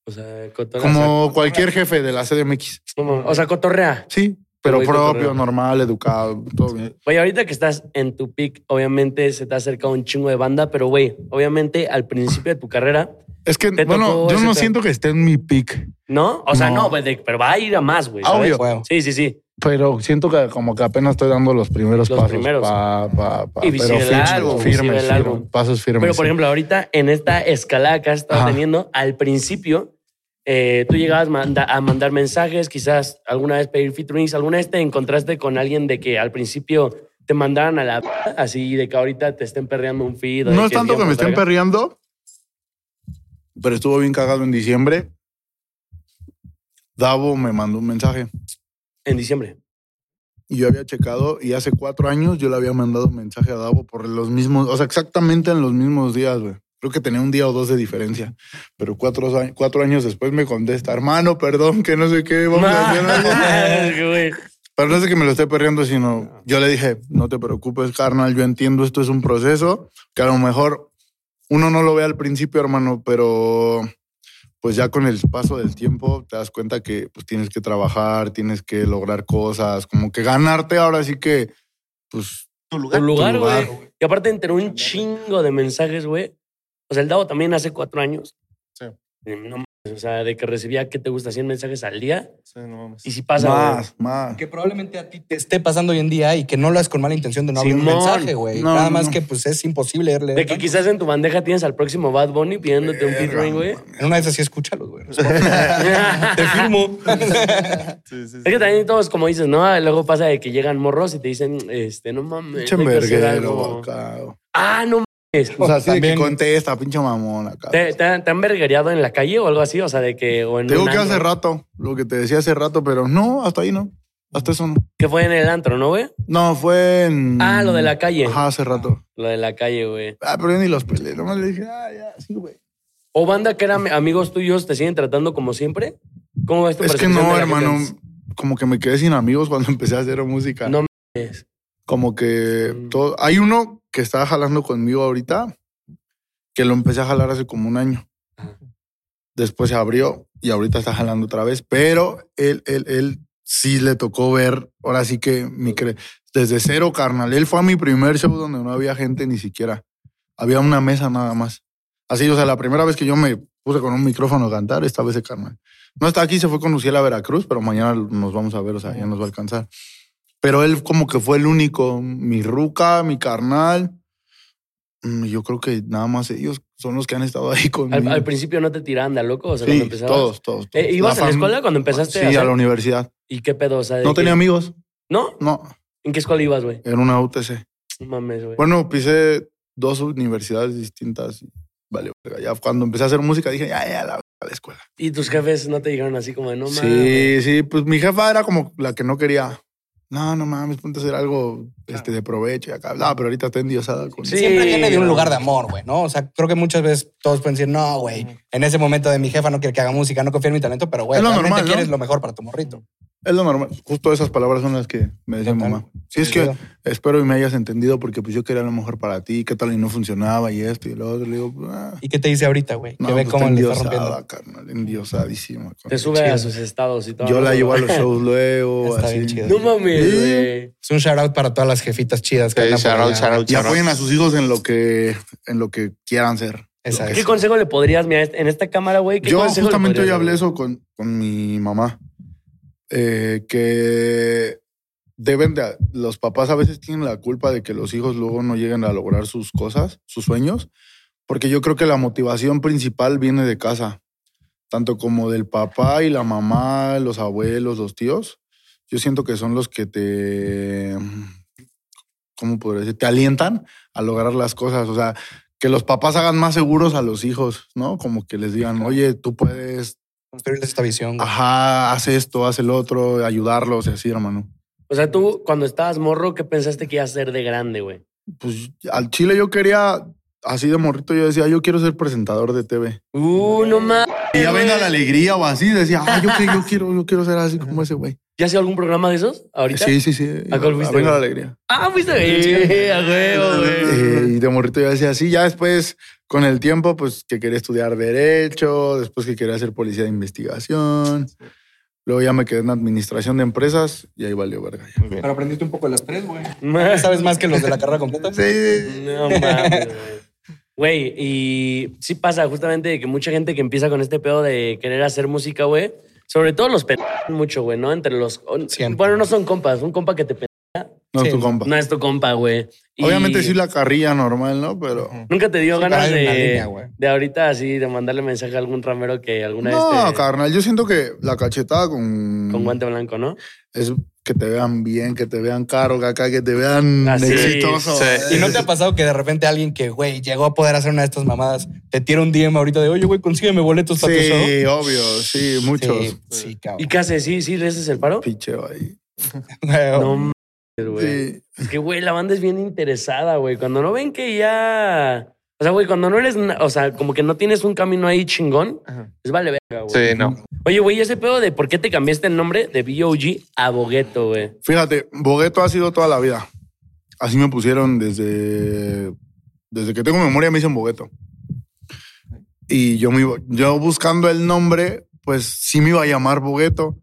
[SPEAKER 2] O sea, cotorrea.
[SPEAKER 4] Como cualquier jefe de la CDMX.
[SPEAKER 2] No mames, O sea, cotorrea.
[SPEAKER 4] Sí, pero
[SPEAKER 2] Pero
[SPEAKER 4] propio,
[SPEAKER 2] cotorreo.
[SPEAKER 4] normal, educado, todo bien.
[SPEAKER 2] Oye, ahorita que estás en tu pick, obviamente se te ha acercado un chingo de banda, pero güey, obviamente al principio de tu carrera,
[SPEAKER 4] Es que,
[SPEAKER 2] Te
[SPEAKER 4] bueno,
[SPEAKER 2] tocó
[SPEAKER 4] yo
[SPEAKER 2] ese
[SPEAKER 4] no
[SPEAKER 2] pedo.
[SPEAKER 4] siento que esté en mi pick,
[SPEAKER 2] ¿no? O sea,
[SPEAKER 4] No. Ah,
[SPEAKER 2] no, güey, de- pero va a ir a más, güey. ¿sabes?
[SPEAKER 4] Obvio.
[SPEAKER 1] Wow.
[SPEAKER 2] Sí, sí, sí.
[SPEAKER 4] pero siento que como que apenas estoy dando los
[SPEAKER 2] Los
[SPEAKER 4] primeros pasos.
[SPEAKER 2] primeros.
[SPEAKER 4] Pa, pa, pa,
[SPEAKER 2] Y
[SPEAKER 4] pero
[SPEAKER 2] visible el
[SPEAKER 4] firmes,
[SPEAKER 2] álbum,
[SPEAKER 4] firmes,
[SPEAKER 2] visible el
[SPEAKER 4] firmes,
[SPEAKER 2] álbum.
[SPEAKER 4] pasos firmes.
[SPEAKER 2] Pero por ejemplo, ahorita en esta escalada que has estado
[SPEAKER 4] Ajá.
[SPEAKER 2] teniendo, al principio eh, tú llegabas manda- a mandar mensajes, quizás alguna vez pedir featurings, alguna vez te encontraste con alguien de que al principio te mandaran a la p- así de que ahorita te estén perreando un feed. o de
[SPEAKER 4] No es
[SPEAKER 2] es
[SPEAKER 4] tanto
[SPEAKER 2] bien
[SPEAKER 4] que me estén
[SPEAKER 2] verga.
[SPEAKER 4] perreando, pero estuvo bien cagado en diciembre. Davo me mandó un mensaje
[SPEAKER 2] En diciembre.
[SPEAKER 4] y yo había checado y hace cuatro años yo le había mandado un mensaje a Davo por los mismos, o sea, exactamente en los mismos días, güey. Creo que tenía un día o dos de diferencia, pero cuatro, a- cuatro años después me contesta, hermano, perdón, que no sé qué, vamos a hacer algo".
[SPEAKER 2] Güey.
[SPEAKER 4] Pero no sé que me lo esté perdiendo, sino yo le dije, no te preocupes, carnal, yo entiendo, esto es un proceso que a lo mejor uno no lo ve al principio, hermano, pero pues ya con el paso del tiempo te das cuenta que pues tienes que trabajar, tienes que lograr cosas, como que ganarte ahora sí que, pues,
[SPEAKER 3] Tu lugar.
[SPEAKER 2] Tu lugar,
[SPEAKER 4] lugar.
[SPEAKER 2] güey. Y aparte entre un chingo de mensajes, güey. O sea, el Davo también hace cuatro años.
[SPEAKER 3] Sí.
[SPEAKER 2] Eh, no mames, o sea, de que recibía, que te gusta? 100 mensajes al día.
[SPEAKER 3] Sí, no mames.
[SPEAKER 2] Y si pasa, güey.
[SPEAKER 4] más, más.
[SPEAKER 1] Que probablemente a ti te esté pasando hoy en día y que no lo hagas con mala intención de no abrir un
[SPEAKER 2] Simón.
[SPEAKER 1] mensaje, güey.
[SPEAKER 4] No,
[SPEAKER 1] Nada
[SPEAKER 4] no,
[SPEAKER 1] más
[SPEAKER 4] no.
[SPEAKER 1] que pues es imposible leerle.
[SPEAKER 2] De que
[SPEAKER 1] tanto.
[SPEAKER 2] quizás en tu bandeja tienes al próximo Bad Bunny pidiéndote un
[SPEAKER 4] Verga,
[SPEAKER 2] featuring,
[SPEAKER 4] no
[SPEAKER 2] güey.
[SPEAKER 1] En una de esas sí escúchalo, güey. Te firmo.
[SPEAKER 3] Sí, sí,
[SPEAKER 2] Es que
[SPEAKER 3] sí.
[SPEAKER 2] también todos, como dices, ¿no? Ah, Luego pasa de que llegan morros y te dicen, este, no mames.
[SPEAKER 4] Pinche
[SPEAKER 2] hay que hacer
[SPEAKER 4] verguero
[SPEAKER 2] algo.
[SPEAKER 4] acá.
[SPEAKER 2] Ah, no mames.
[SPEAKER 4] O sea, sí, de que
[SPEAKER 1] También-
[SPEAKER 4] contesta, pinche mamón acá.
[SPEAKER 2] ¿Te, te, han- te han verguereado en la calle o algo así? O sea, de que. O en
[SPEAKER 4] Te digo
[SPEAKER 2] un
[SPEAKER 4] que
[SPEAKER 2] antro.
[SPEAKER 4] hace rato, lo que te decía hace rato, pero no, hasta ahí no. Hasta eso no.
[SPEAKER 2] Que fue en el antro, ¿no, güey?
[SPEAKER 4] No, fue en.
[SPEAKER 2] Ah, lo de la calle.
[SPEAKER 4] Ajá, hace rato.
[SPEAKER 2] Lo de la calle, güey.
[SPEAKER 4] Ah, pero yo ni los peleé. Nomás le dije, ah, ya, sí, güey.
[SPEAKER 2] O banda que eran amigos tuyos, te siguen tratando como siempre. ¿Cómo ves tu
[SPEAKER 4] Es que
[SPEAKER 2] percepción de
[SPEAKER 4] no,
[SPEAKER 2] la
[SPEAKER 4] hermano.
[SPEAKER 2] gente?
[SPEAKER 4] como que me quedé sin amigos cuando empecé a hacer música.
[SPEAKER 2] No mames.
[SPEAKER 4] Como que
[SPEAKER 2] Mm.
[SPEAKER 4] todo. Hay uno que estaba jalando conmigo ahorita, que lo empecé a jalar hace como un año.
[SPEAKER 2] Ah.
[SPEAKER 4] Después se abrió y ahorita está jalando otra vez, pero él, él, él sí le tocó ver. Ahora sí que mi cre- desde cero, carnal. Él fue a mi primer show donde no había gente ni siquiera. Había una mesa nada más. Así, o sea, la primera vez que yo me puse con un micrófono a cantar, esta vez de carnal. No está aquí, se fue con Uciel a Veracruz, pero mañana nos vamos a ver, o sea, ya nos va a alcanzar. Pero él como que fue el único, mi ruca, mi carnal. Mm, Yo creo que nada más ellos son los que han estado ahí conmigo.
[SPEAKER 2] Al, al principio no te tiraban de loco, o sea,
[SPEAKER 4] sí,
[SPEAKER 2] cuando empezabas.
[SPEAKER 4] todos, todos. todos.
[SPEAKER 2] Eh, ¿Ibas a la
[SPEAKER 4] fam-
[SPEAKER 2] escuela cuando empezaste?
[SPEAKER 4] Sí,
[SPEAKER 2] a
[SPEAKER 4] a
[SPEAKER 2] hacer?
[SPEAKER 4] la universidad.
[SPEAKER 2] ¿Y qué pedo? O sea, de
[SPEAKER 4] No
[SPEAKER 2] que-
[SPEAKER 4] tenía amigos,
[SPEAKER 2] ¿No?
[SPEAKER 4] no,
[SPEAKER 2] ¿En qué escuela ibas, güey?
[SPEAKER 4] era una UTC.
[SPEAKER 2] No mames, güey.
[SPEAKER 4] Bueno, pisé dos universidades distintas. y Vale, verga. ya cuando empecé a hacer música dije, ya, ya, la, a la escuela.
[SPEAKER 2] ¿Y tus jefes no te dijeron así como de no mames?
[SPEAKER 4] sí, sí, pues mi jefa era como la que no quería. No, no mames, ponte a hacer algo este, de provecho y acá. No, pero ahorita está endiosada con
[SPEAKER 2] Sí.
[SPEAKER 1] Siempre viene de un
[SPEAKER 2] no.
[SPEAKER 1] lugar de amor, güey, ¿no? O sea, creo que muchas veces todos pueden decir, no, güey, en ese momento de mi jefa no quiere que haga música, no confía en mi talento, pero, güey,
[SPEAKER 4] Es lo
[SPEAKER 1] realmente
[SPEAKER 4] normal, ¿no?
[SPEAKER 1] quieres lo mejor para tu morrito.
[SPEAKER 4] Es lo normal. Justo esas palabras son las que me decía
[SPEAKER 1] Total.
[SPEAKER 4] mamá. Sí, es que espero y me hayas entendido porque pues yo quería lo mejor para ti. ¿Qué tal y no funcionaba y esto y lo otro? Le digo, ah,
[SPEAKER 1] ¿Y qué te dice ahorita, güey?
[SPEAKER 4] no,
[SPEAKER 1] que ve
[SPEAKER 4] pues,
[SPEAKER 1] cómo
[SPEAKER 4] está
[SPEAKER 1] le está rompiendo.
[SPEAKER 4] endiosada, carnal, endiosadísima.
[SPEAKER 2] Te sube
[SPEAKER 1] Chido.
[SPEAKER 2] a sus estados y todo.
[SPEAKER 4] Yo
[SPEAKER 2] ¿no?
[SPEAKER 4] la llevo a los shows luego,
[SPEAKER 1] Está bien
[SPEAKER 4] así.
[SPEAKER 1] chido.
[SPEAKER 2] No mames,
[SPEAKER 4] Sí.
[SPEAKER 2] güey.
[SPEAKER 1] Es un shout out para todas las jefitas chidas que
[SPEAKER 3] Sí,
[SPEAKER 1] andan por
[SPEAKER 3] shout out,
[SPEAKER 1] allá.
[SPEAKER 3] shout out,
[SPEAKER 4] Y
[SPEAKER 3] shout out.
[SPEAKER 4] apoyen a sus hijos en lo que, en lo que quieran ser.
[SPEAKER 1] Esa
[SPEAKER 2] ¿Qué
[SPEAKER 1] es.
[SPEAKER 2] consejo le podrías, mira, en esta cámara, güey? ¿qué
[SPEAKER 4] Yo
[SPEAKER 2] consejo le
[SPEAKER 4] justamente hoy
[SPEAKER 2] podrías dar,
[SPEAKER 4] hablé
[SPEAKER 2] güey?
[SPEAKER 4] eso con, con mi mamá. eh, que deben de. Los papás a veces tienen la culpa de que los hijos luego no lleguen a lograr sus cosas, sus sueños. Porque yo creo que la motivación principal viene de casa. Tanto como del papá y la mamá, los abuelos, los tíos. Yo siento que son los que te. ¿Cómo podría decir? Te alientan a lograr las cosas. O sea, que los papás hagan más seguros a los hijos, ¿no? Como que les digan, oye, tú puedes,
[SPEAKER 1] Construirles esta visión. güey.
[SPEAKER 4] ajá, haz esto, haz el otro, ayudarlos y así, hermano.
[SPEAKER 2] O sea, tú cuando estabas morro, ¿qué pensaste que ibas a ser de grande, güey?
[SPEAKER 4] Pues al Chile yo quería, así de morrito, yo decía, yo quiero ser presentador de TV.
[SPEAKER 2] Uh, no mames.
[SPEAKER 4] Y ya venga la
[SPEAKER 2] güey.
[SPEAKER 4] alegría o así, decía, ah, yo, que- yo quiero, yo quiero ser así como ese güey.
[SPEAKER 2] ¿Ya has sido algún programa de esos? ¿Ahorita?
[SPEAKER 4] Sí, sí, sí.
[SPEAKER 2] ¿A cuál fuiste,
[SPEAKER 4] venga la
[SPEAKER 2] güey?
[SPEAKER 4] alegría.
[SPEAKER 2] Ah, fuiste. Eh, a huevo, güey.
[SPEAKER 4] Eh, y de morrito yo decía así, ya después, con el tiempo, pues que quería estudiar Derecho, después que quería ser policía de investigación. Luego ya me quedé en administración de empresas y ahí valió verga.
[SPEAKER 3] Muy bien.
[SPEAKER 1] Pero aprendiste un poco de las tres, güey. ¿Sabes más que los de la carrera completa?
[SPEAKER 2] No mames, güey. Güey, y sí pasa justamente de que mucha gente que empieza con este pedo de querer hacer música, güey, sobre todo los pen... mucho, güey, ¿no? Entre los...
[SPEAKER 1] Siempre.
[SPEAKER 2] Bueno, no son compas, un compa que te pen...
[SPEAKER 4] No
[SPEAKER 1] Sí.
[SPEAKER 4] es tu compa.
[SPEAKER 2] No es tu compa, güey. Y
[SPEAKER 4] Obviamente sí la carrilla normal, ¿no? Pero...
[SPEAKER 2] Nunca te dio
[SPEAKER 1] Sí,
[SPEAKER 2] ganas
[SPEAKER 1] pero hay
[SPEAKER 2] de,
[SPEAKER 1] una línea, güey.
[SPEAKER 2] de ahorita así, de mandarle mensaje a algún ramero que alguna
[SPEAKER 4] No,
[SPEAKER 2] vez te-
[SPEAKER 4] carnal, yo siento que la cachetada con...
[SPEAKER 2] este con guante blanco, ¿no?
[SPEAKER 4] Es que te vean bien, que te vean caro, que acá, que te vean
[SPEAKER 2] Ah, sí,
[SPEAKER 4] exitoso.
[SPEAKER 3] sí.
[SPEAKER 1] ¿Y no te ha pasado que de repente alguien que, güey, llegó a poder hacer una de estas mamadas, te tira un DM ahorita de, oye, güey, consígueme boletos para tu show?
[SPEAKER 4] Sí, obvio, sí, muchos.
[SPEAKER 1] Sí, pues, sí,
[SPEAKER 2] ¿Y
[SPEAKER 1] cabrón.
[SPEAKER 2] qué haces? ¿Sí, sí le haces el paro?
[SPEAKER 4] Picheo ahí.
[SPEAKER 2] No mames, güey.
[SPEAKER 4] Sí.
[SPEAKER 2] Es que, güey, la banda es bien interesada, güey. Cuando no ven que ya. O sea, güey, cuando no eres. na- O sea, como que no tienes un camino ahí chingón,
[SPEAKER 3] Ajá.
[SPEAKER 2] pues vale verga, güey.
[SPEAKER 3] Sí, no.
[SPEAKER 2] Oye, güey, ese pedo de por qué te cambiaste el nombre de B.O.G. a Bogueto, güey.
[SPEAKER 4] Fíjate, Bogueto ha sido toda la vida. Así me pusieron desde, desde que tengo memoria, me dicen Bogueto. Y yo, me, iba- yo buscando el nombre, pues sí me iba a llamar Bogueto,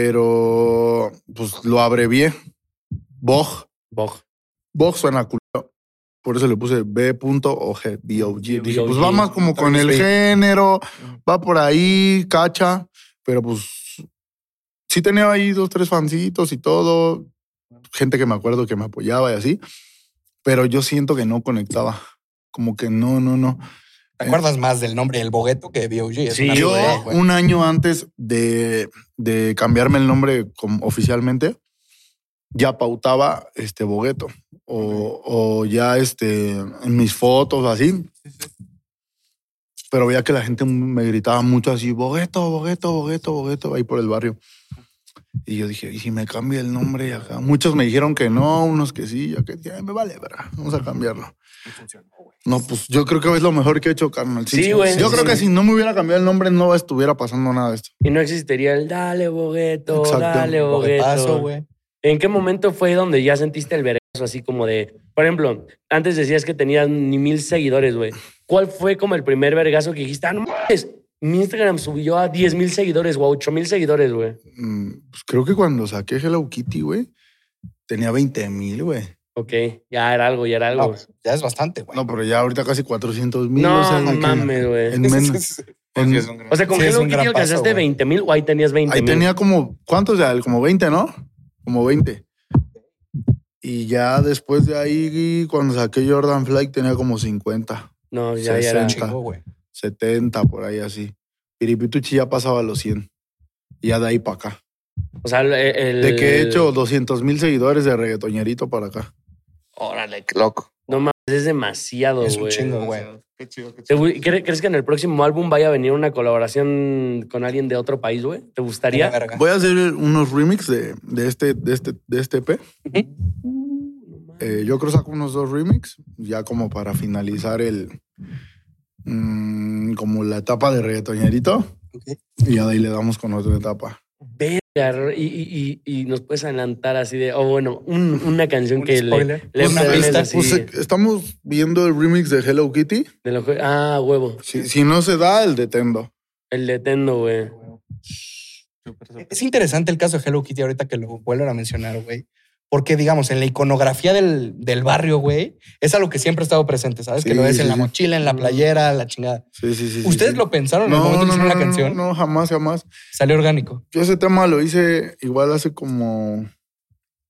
[SPEAKER 4] pero pues lo abrevié. Bog.
[SPEAKER 2] Bog.
[SPEAKER 4] Bog suena culo. Por eso le puse B.O.G. B.O.G. Dije, pues
[SPEAKER 2] B.O.G..
[SPEAKER 4] va más como con el
[SPEAKER 1] Sí.
[SPEAKER 4] género, va por ahí, cacha. Pero pues sí tenía ahí dos, tres fancitos y todo. Gente que me acuerdo que me apoyaba y así. Pero yo siento que no conectaba. Como que no, no, no.
[SPEAKER 1] ¿Te acuerdas más del nombre del bogueto que de B.O.G.? Es
[SPEAKER 2] Sí,
[SPEAKER 1] una
[SPEAKER 4] Yo,
[SPEAKER 1] realidad, güey.
[SPEAKER 4] un año antes de, de cambiarme el nombre como oficialmente, ya pautaba este Bogueto. O, o ya este, en mis fotos, así. Pero veía que la gente me gritaba mucho así: Bogueto, Bogueto, Bogueto, Bogueto, ahí por el barrio. Y yo dije, ¿y si me cambia el nombre acá? Muchos me dijeron que no, unos que sí, yo que "Ay, me vale, verga, vamos a cambiarlo. No, pues yo creo que es lo mejor que he hecho, carnal.
[SPEAKER 2] Sí, güey.
[SPEAKER 4] Yo
[SPEAKER 2] Sí,
[SPEAKER 4] creo
[SPEAKER 2] sí.
[SPEAKER 4] que si no me hubiera cambiado el nombre, no estuviera pasando nada de esto.
[SPEAKER 2] Y no existiría el dale, bogueto,
[SPEAKER 4] Exacto,
[SPEAKER 2] dale, bogueto.
[SPEAKER 1] Paso, güey.
[SPEAKER 2] ¿En qué momento fue donde ya sentiste el vergazo así como de, por ejemplo, antes decías que tenías ni mil seguidores, güey? ¿Cuál fue como el primer vergazo que dijiste, ah, no mames, mi Instagram subió a 10 mil seguidores o a 8 mil seguidores, güey?
[SPEAKER 4] Mm, Pues creo que cuando saqué Hello Kitty, güey, tenía 20 mil, güey.
[SPEAKER 2] Ok, ya era algo, ya era algo.
[SPEAKER 1] No, ya es bastante, güey.
[SPEAKER 4] No, pero ya ahorita casi 400 mil.
[SPEAKER 2] No,
[SPEAKER 4] o sea, que-
[SPEAKER 2] mames, güey.
[SPEAKER 4] en menos- en-
[SPEAKER 2] O sea, con
[SPEAKER 1] Sí,
[SPEAKER 2] qué
[SPEAKER 1] es
[SPEAKER 2] Hello
[SPEAKER 1] un
[SPEAKER 2] Kitty
[SPEAKER 1] gran paso,
[SPEAKER 2] alcanzaste
[SPEAKER 1] güey.
[SPEAKER 2] 20 mil o ahí tenías 20
[SPEAKER 4] ahí
[SPEAKER 2] mil.
[SPEAKER 4] tenía como, ¿cuántos ya? Como 20, ¿no? Como 20. Y ya después de ahí, cuando saqué Jordan Flight, tenía como 50,
[SPEAKER 2] No, ya, ya
[SPEAKER 1] un
[SPEAKER 2] era.
[SPEAKER 4] sesenta.
[SPEAKER 1] chingo, güey.
[SPEAKER 4] 70, por ahí así. Piripituchi ya pasaba los 100. Y ya de ahí para acá.
[SPEAKER 2] O sea, el, el-
[SPEAKER 4] De que he
[SPEAKER 2] Eh.
[SPEAKER 4] hecho 200 mil seguidores de reggaetoñerito para acá.
[SPEAKER 3] Órale, qué loco.
[SPEAKER 2] No mames, es demasiado, güey.
[SPEAKER 1] Es un chingo, güey.
[SPEAKER 3] Qué chido, qué
[SPEAKER 2] ¿Te
[SPEAKER 3] chido.
[SPEAKER 2] gu- cre- ¿Crees que en el próximo álbum vaya a venir una colaboración con alguien de otro país, güey? ¿Te gustaría?
[SPEAKER 1] Una verga.
[SPEAKER 4] Voy a hacer unos remix de, de este, de, este, de este EP. Eh, yo creo saco unos dos remix, ya como para finalizar el. mm, como la etapa de reggaetoñerito.
[SPEAKER 1] Ok.
[SPEAKER 4] Y ya de ahí le damos con otra etapa.
[SPEAKER 2] Verga, y, y- y- y nos puedes adelantar así de, o bueno, un- una canción
[SPEAKER 1] Un
[SPEAKER 2] que le,
[SPEAKER 1] spoiler.
[SPEAKER 2] le
[SPEAKER 1] Una
[SPEAKER 2] pones
[SPEAKER 1] pista,
[SPEAKER 2] así
[SPEAKER 4] Pues, eh, estamos viendo el remix de Hello Kitty.
[SPEAKER 2] de lo que- ah, huevo,
[SPEAKER 4] Si, si no se da, el de Tendo.
[SPEAKER 2] el de Tendo, güey.
[SPEAKER 1] Es interesante el caso de Hello Kitty ahorita que lo vuelven a mencionar, güey. Porque, digamos, en la iconografía del, del barrio, güey, es algo que siempre ha estado presente, ¿sabes? que
[SPEAKER 4] Sí,
[SPEAKER 1] lo ves
[SPEAKER 4] sí,
[SPEAKER 1] en la
[SPEAKER 4] sí.
[SPEAKER 1] mochila, en la playera, la chingada.
[SPEAKER 4] Sí, sí, sí. sí,
[SPEAKER 1] ¿Ustedes
[SPEAKER 4] sí.
[SPEAKER 1] lo pensaron en el
[SPEAKER 4] no,
[SPEAKER 1] momento que
[SPEAKER 4] no, no,
[SPEAKER 1] hicieron la
[SPEAKER 4] no,
[SPEAKER 1] canción?
[SPEAKER 4] no, jamás, jamás.
[SPEAKER 1] Salió orgánico,
[SPEAKER 4] Yo ese tema lo hice igual hace como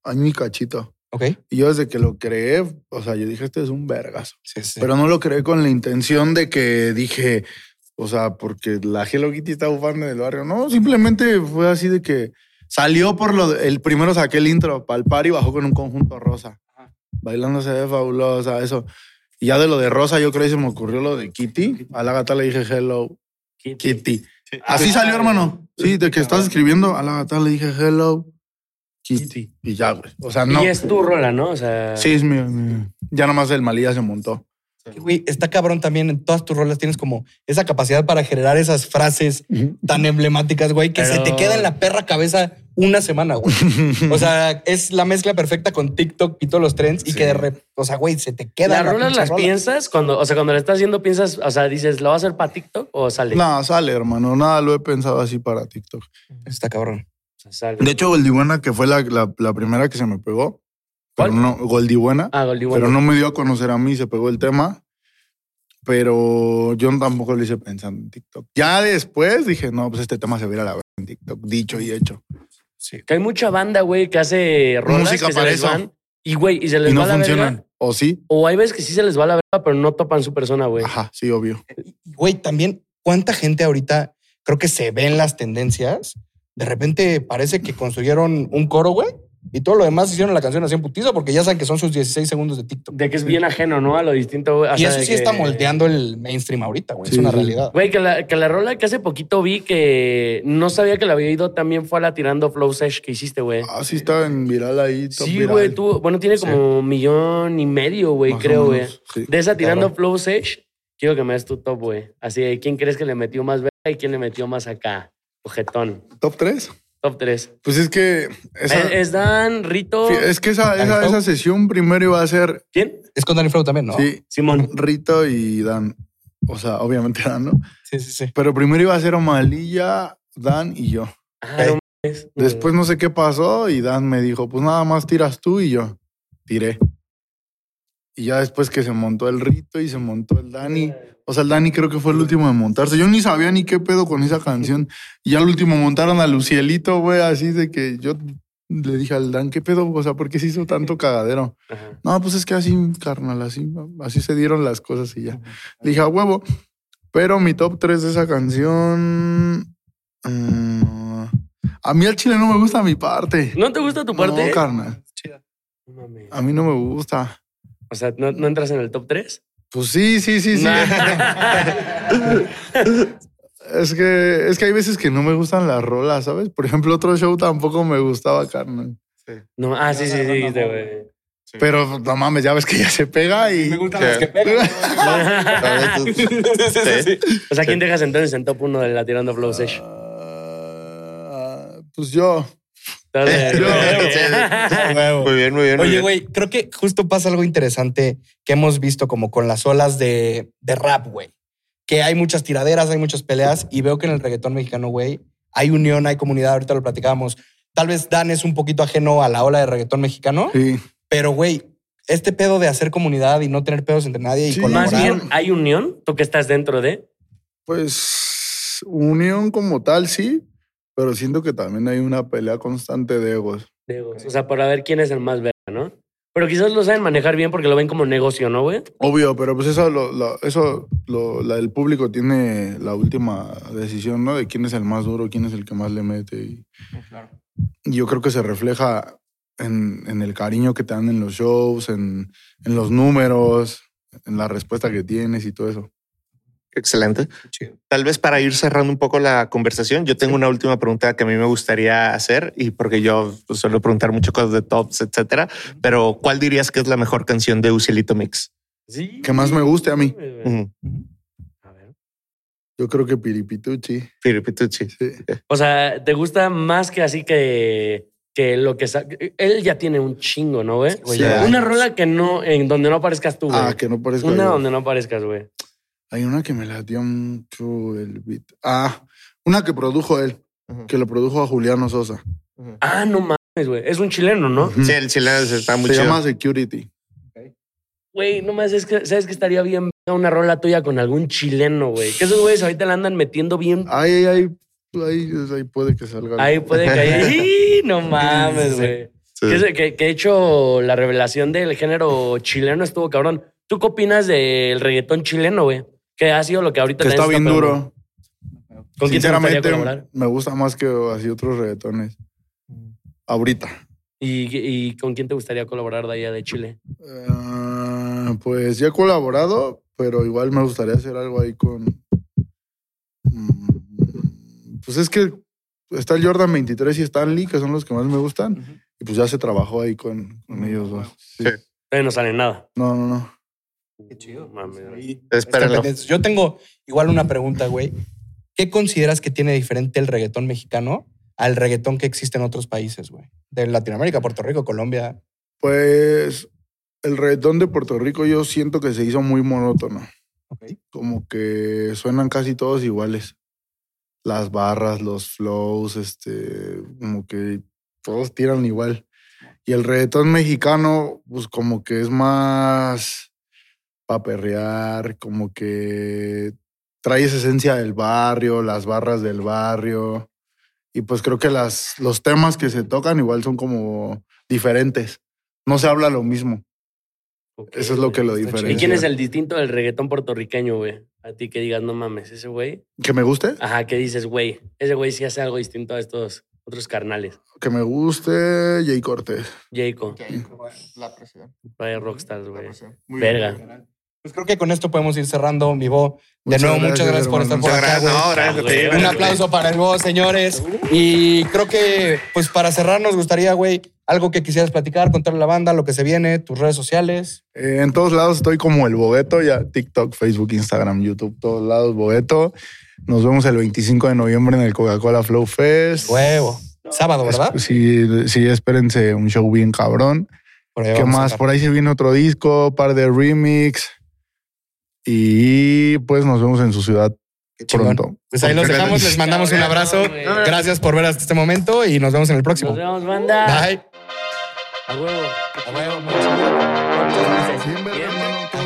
[SPEAKER 4] año y cachito.
[SPEAKER 1] ¿ok?
[SPEAKER 4] Y yo desde que lo creé, o sea, yo dije, este es un vergazo.
[SPEAKER 1] Sí, sí.
[SPEAKER 4] Pero no lo creé con la intención de que dije, o sea, porque la Hello Kitty está bufando en el barrio. No, simplemente fue así de que salió por lo. de- el primero saqué el intro para el par y bajó con un conjunto rosa. Bailando se ve fabulosa, eso. Y ya de lo de rosa, yo creo que se me ocurrió lo de Kitty. A la gata le dije hello, Kitty. Así salió, hermano. Sí, de que estás escribiendo, a la gata le dije hello, Kitty. Y ya, güey. O sea, no.
[SPEAKER 2] Y es tu rola, ¿no? O sea,
[SPEAKER 4] Sí, es mío. mío. Ya nomás el malilla se montó.
[SPEAKER 1] Güey, está cabrón también en todas tus rolas tienes como esa capacidad para generar esas frases tan emblemáticas, güey, que se
[SPEAKER 2] Pero-
[SPEAKER 1] te queda en la perra cabeza una semana, güey. O sea, es la mezcla perfecta con TikTok y todos los trends y que de repente, o sea, güey, se te queda. en
[SPEAKER 2] las
[SPEAKER 1] la
[SPEAKER 2] rolas
[SPEAKER 1] pinche
[SPEAKER 2] las
[SPEAKER 1] rola.
[SPEAKER 2] piensas cuando, o sea, cuando la estás haciendo piensas, o sea, dices, ¿lo vas a hacer para TikTok o sale?
[SPEAKER 4] Nada, sale, hermano. Nada lo he pensado así para TikTok.
[SPEAKER 1] Está cabrón.
[SPEAKER 2] O sea, sale.
[SPEAKER 4] De hecho, Goldibuena, que fue la, la- la primera que se me pegó. Pero
[SPEAKER 2] ¿Cuál?
[SPEAKER 4] no, Goldibuena.
[SPEAKER 2] ah, Goldie, bueno.
[SPEAKER 4] Pero no me dio a conocer a mí, se pegó el tema. Pero yo tampoco lo hice pensando en TikTok. Ya después dije, no, pues este tema se viera la verga en TikTok. Dicho y hecho.
[SPEAKER 1] Sí.
[SPEAKER 2] Que hay mucha banda, güey, que hace rolas
[SPEAKER 4] Música
[SPEAKER 2] que se
[SPEAKER 4] para
[SPEAKER 2] les
[SPEAKER 4] eso.
[SPEAKER 2] van y, güey, y se les
[SPEAKER 4] Y
[SPEAKER 2] va
[SPEAKER 4] no
[SPEAKER 2] la
[SPEAKER 4] funcionan.
[SPEAKER 2] verga.
[SPEAKER 4] ¿O sí?
[SPEAKER 2] O hay veces que sí se les va la verga, pero no topan su persona, güey. Este,
[SPEAKER 4] Ajá, sí, obvio.
[SPEAKER 1] Y, Güey, también, ¿cuánta gente ahorita creo que se ve en las tendencias? De repente parece que construyeron un coro, güey, y todo lo demás hicieron la canción así en putiza porque ya saben que son sus 16 segundos de TikTok.
[SPEAKER 2] De que es bien ajeno, ¿no? A lo distinto,
[SPEAKER 5] Ah,
[SPEAKER 2] güey. O
[SPEAKER 1] y
[SPEAKER 2] sea,
[SPEAKER 1] eso
[SPEAKER 2] de
[SPEAKER 1] sí
[SPEAKER 2] que-
[SPEAKER 1] está moldeando el mainstream ahorita, güey. es
[SPEAKER 4] Sí,
[SPEAKER 1] una
[SPEAKER 4] sí.
[SPEAKER 1] realidad.
[SPEAKER 2] Güey, que la, que la rola que hace poquito vi que no sabía que la había ido también fue a la tirando Flow Sesh que hiciste, güey.
[SPEAKER 4] Ah, sí, está en viral ahí. top
[SPEAKER 2] sí,
[SPEAKER 4] viral.
[SPEAKER 2] güey, tú. Bueno, tiene como un millón y medio, güey,
[SPEAKER 4] Más o
[SPEAKER 2] creo, güey.
[SPEAKER 4] menos, sí.
[SPEAKER 2] De esa tirando
[SPEAKER 1] Cabrón.
[SPEAKER 2] Flow Sesh, quiero que me des tu top, güey. Así de quién crees que le metió más verga y quién le metió más acá. Ojetón.
[SPEAKER 4] ¿Top 3?
[SPEAKER 2] Top 3.
[SPEAKER 4] Pues es que. Esa,
[SPEAKER 2] Es Dan, Rito.
[SPEAKER 4] Sí, eh, Es que esa,
[SPEAKER 1] Danny
[SPEAKER 4] esa,
[SPEAKER 1] Flow.
[SPEAKER 4] esa sesión primero iba a ser
[SPEAKER 2] ¿Quién?
[SPEAKER 1] Es con Danny Flow también, ¿no?
[SPEAKER 4] sí,
[SPEAKER 2] Simón.
[SPEAKER 4] Rito y Dan. O sea, obviamente Dan, ¿no?
[SPEAKER 1] sí, sí. sí.
[SPEAKER 4] Pero primero iba a ser Omalilla, Dan y yo.
[SPEAKER 2] Ah, no mames.
[SPEAKER 4] Después no sé qué pasó y Dan me dijo, pues nada más tiras tú y yo. Tiré. Y ya después que se montó el Rito y se montó el Dani. O sea, el Dani creo que fue el último de montarse. Yo ni sabía ni qué pedo con esa canción. Y ya al último montaron a Lucielito, güey, así de que yo le dije al Dan, ¿qué pedo? O sea, ¿por qué se hizo tanto cagadero?
[SPEAKER 2] Ajá.
[SPEAKER 4] No, pues es que así, carnal, así, así se dieron las cosas y ya. Le dije, a huevo. Pero mi top 3 de esa canción. mm, a mí al chile no me gusta mi parte.
[SPEAKER 2] ¿No te gusta tu parte?
[SPEAKER 4] No, carnal.
[SPEAKER 2] No mames.
[SPEAKER 4] A mí no me gusta.
[SPEAKER 2] O sea, ¿no, no entras en el top 3?
[SPEAKER 4] Pues sí, sí, sí, sí.
[SPEAKER 2] Nah.
[SPEAKER 4] Es que, es que hay veces que no me gustan las rolas, ¿sabes? Por ejemplo, otro show tampoco me gustaba, carnal.
[SPEAKER 2] No, ah, sí, sí, sí,
[SPEAKER 5] No, no, no,
[SPEAKER 2] dijiste,
[SPEAKER 5] no.
[SPEAKER 2] güey.
[SPEAKER 4] Pero no mames, ya ves que ya se pega y.
[SPEAKER 5] Me gustan
[SPEAKER 3] Sí.
[SPEAKER 5] las que pegan.
[SPEAKER 2] o sea, ¿quién dejas entonces en top 1 de la tirando flow session?
[SPEAKER 4] Ah, pues yo.
[SPEAKER 2] Entonces,
[SPEAKER 3] Yo-
[SPEAKER 2] güey.
[SPEAKER 3] Sí.
[SPEAKER 1] Ah, Huevo.
[SPEAKER 3] Muy bien, muy bien. muy
[SPEAKER 1] Oye,
[SPEAKER 3] bien.
[SPEAKER 1] güey, creo que justo pasa algo interesante que hemos visto como con las olas de, de rap, güey. Que hay muchas tiraderas, hay muchas peleas y veo que en el reggaetón mexicano, güey, hay unión, hay comunidad, ahorita lo platicábamos. Tal vez Dan es un poquito ajeno a la ola de reggaetón mexicano,
[SPEAKER 4] Sí.
[SPEAKER 1] pero, güey, este pedo de hacer comunidad y no tener pedos entre nadie y
[SPEAKER 4] Sí.
[SPEAKER 2] Más
[SPEAKER 1] colaborar.
[SPEAKER 2] bien, ¿hay unión? ¿Tú que estás dentro de?
[SPEAKER 4] Pues unión como tal, sí. Pero siento que también hay una pelea constante de egos.
[SPEAKER 2] de egos? O sea, para ver quién es el más verga, ¿no? Pero quizás lo saben manejar bien porque lo ven como negocio, ¿no, güey?
[SPEAKER 4] Obvio, pero pues eso, lo, lo- eso lo- la- el público tiene la última decisión, ¿no? De quién es el más duro, quién es el que más le mete. Y y yo creo que se refleja en, en el cariño que te dan en los shows, en, en los números, en la respuesta que tienes y todo eso.
[SPEAKER 3] Excelente. Tal vez para ir cerrando un poco la conversación, yo tengo una última pregunta que a mí me gustaría hacer y porque yo pues, suelo preguntar muchas cosas de tops, etcétera. Pero ¿cuál dirías que es la mejor canción de Usilito Mix?
[SPEAKER 2] Sí.
[SPEAKER 4] Que más me guste a mí.
[SPEAKER 3] Ujú.
[SPEAKER 2] A ver.
[SPEAKER 4] Yo creo que Piripituchi.
[SPEAKER 3] Piripituchi.
[SPEAKER 4] Sí.
[SPEAKER 2] O sea, ¿te gusta más que así que, que lo que... sa- Él ya tiene un chingo, ¿no, güey?
[SPEAKER 4] Sí.
[SPEAKER 2] Una rola que no... En donde no aparezcas tú, güey.
[SPEAKER 4] Ah, que no parezca.
[SPEAKER 2] Una
[SPEAKER 4] yo.
[SPEAKER 2] donde no aparezcas, güey.
[SPEAKER 4] Hay una que me latió mucho el beat. Ah, una que produjo él, que lo produjo a Juliano Sosa.
[SPEAKER 2] Ah, no mames, güey. Es un chileno, ¿no?
[SPEAKER 4] Ujú.
[SPEAKER 3] Sí, el chileno está muy
[SPEAKER 4] Se
[SPEAKER 3] chido.
[SPEAKER 4] llama Security.
[SPEAKER 2] Güey, no más, es que, ¿sabes que estaría bien verga una rola tuya con algún chileno, güey? Que esos güeyes ahorita la andan metiendo bien.
[SPEAKER 4] Ahí, ahí, ahí, ahí puede que salga. algo.
[SPEAKER 2] Ahí puede caer. ¡Ih! no mames, güey.
[SPEAKER 3] Sí.
[SPEAKER 2] Que, es- que- que de hecho la revelación del género chileno estuvo cabrón. ¿Tú qué opinas del reggaetón chileno, güey? Que ha sido lo que ahorita
[SPEAKER 4] que está
[SPEAKER 2] también
[SPEAKER 4] bien
[SPEAKER 2] pegando.
[SPEAKER 4] duro.
[SPEAKER 2] ¿Con quién te gustaría colaborar?
[SPEAKER 4] Sinceramente, me gusta más que así otros reggaetones. Ahorita.
[SPEAKER 2] ¿Y, y con quién te gustaría colaborar de allá de Chile?
[SPEAKER 4] Eh, pues ya he colaborado, pero igual me gustaría hacer algo ahí con. Mm, Pues es que está el Jordan 23 y Stanley, que son los que más me gustan. Y pues ya se trabajó ahí con, con ellos dos. Sí.
[SPEAKER 2] Todavía no sale nada.
[SPEAKER 4] No, no, no.
[SPEAKER 5] Qué chido.
[SPEAKER 2] Mames.
[SPEAKER 5] Ahí.
[SPEAKER 1] Están
[SPEAKER 3] Espérenlo.
[SPEAKER 1] pendientes. Yo tengo igual una pregunta, güey. ¿Qué consideras que tiene diferente el reggaetón mexicano al reggaetón que existe en otros países, güey? De Latinoamérica, Puerto Rico, Colombia.
[SPEAKER 4] Pues el reggaetón de Puerto Rico yo siento que se hizo muy monótono.
[SPEAKER 1] Ok.
[SPEAKER 4] Como que suenan casi todos iguales. Las barras, los flows, este, como que todos tiran igual. Y el reggaetón mexicano, pues como que es más pa' perrear, como que trae esa esencia del barrio, las barras del barrio. Y pues creo que las, los temas que se tocan igual son como diferentes. No se habla lo mismo.
[SPEAKER 2] Ok,
[SPEAKER 4] Eso es lo que lo
[SPEAKER 1] Está chido.
[SPEAKER 4] diferencia.
[SPEAKER 2] ¿Y quién es el distinto del reggaetón puertorriqueño, güey? A ti que digas, no mames, ese güey.
[SPEAKER 4] ¿Que me guste?
[SPEAKER 2] Ajá, que dices, güey, ese güey sí hace algo distinto a estos otros carnales.
[SPEAKER 4] Que me guste Jay Cortés.
[SPEAKER 2] Jayco,
[SPEAKER 5] La presión.
[SPEAKER 2] vaya rockstars, güey.
[SPEAKER 5] Muy
[SPEAKER 2] Verga.
[SPEAKER 5] bien.
[SPEAKER 1] Pues creo que con esto podemos ir cerrando, mi Bo. De
[SPEAKER 4] Muchas
[SPEAKER 1] nuevo, muchas gracias
[SPEAKER 4] gracias,
[SPEAKER 1] por estar
[SPEAKER 4] hermano.
[SPEAKER 1] por
[SPEAKER 3] Muchas
[SPEAKER 1] acá, güey.
[SPEAKER 3] gracias. No, gracias a
[SPEAKER 2] Un
[SPEAKER 3] ti,
[SPEAKER 1] Un
[SPEAKER 3] gracias a ti.
[SPEAKER 1] aplauso para el Bo, señores. Y creo que, pues para cerrar, nos gustaría, güey, algo que quisieras platicar, contarle a la banda, lo que se viene, tus redes sociales.
[SPEAKER 4] Eh, en todos lados estoy como el Bogueto, ya TikTok, Facebook, Instagram, YouTube, todos lados Bogueto. Nos vemos el 25 de noviembre en el Coca-Cola Flow Fest.
[SPEAKER 1] Huevo. Sábado,
[SPEAKER 4] pues,
[SPEAKER 1] ¿verdad?
[SPEAKER 4] Sí, sí, espérense un show bien cabrón.
[SPEAKER 1] Por ahí
[SPEAKER 4] ¿Qué
[SPEAKER 1] vamos a
[SPEAKER 4] más?
[SPEAKER 1] sacar.
[SPEAKER 4] Por ahí se viene otro disco, par de remix. Y pues nos vemos en su ciudad
[SPEAKER 1] chingón.
[SPEAKER 4] pronto.
[SPEAKER 1] Pues ahí los dejamos, les mandamos un abrazo. Gracias por ver hasta este momento y nos vemos en el próximo.
[SPEAKER 2] Nos vemos, banda.
[SPEAKER 1] Bye.
[SPEAKER 2] A huevo.
[SPEAKER 1] A huevo, muchas gracias.
[SPEAKER 2] Bien.
[SPEAKER 4] hermano.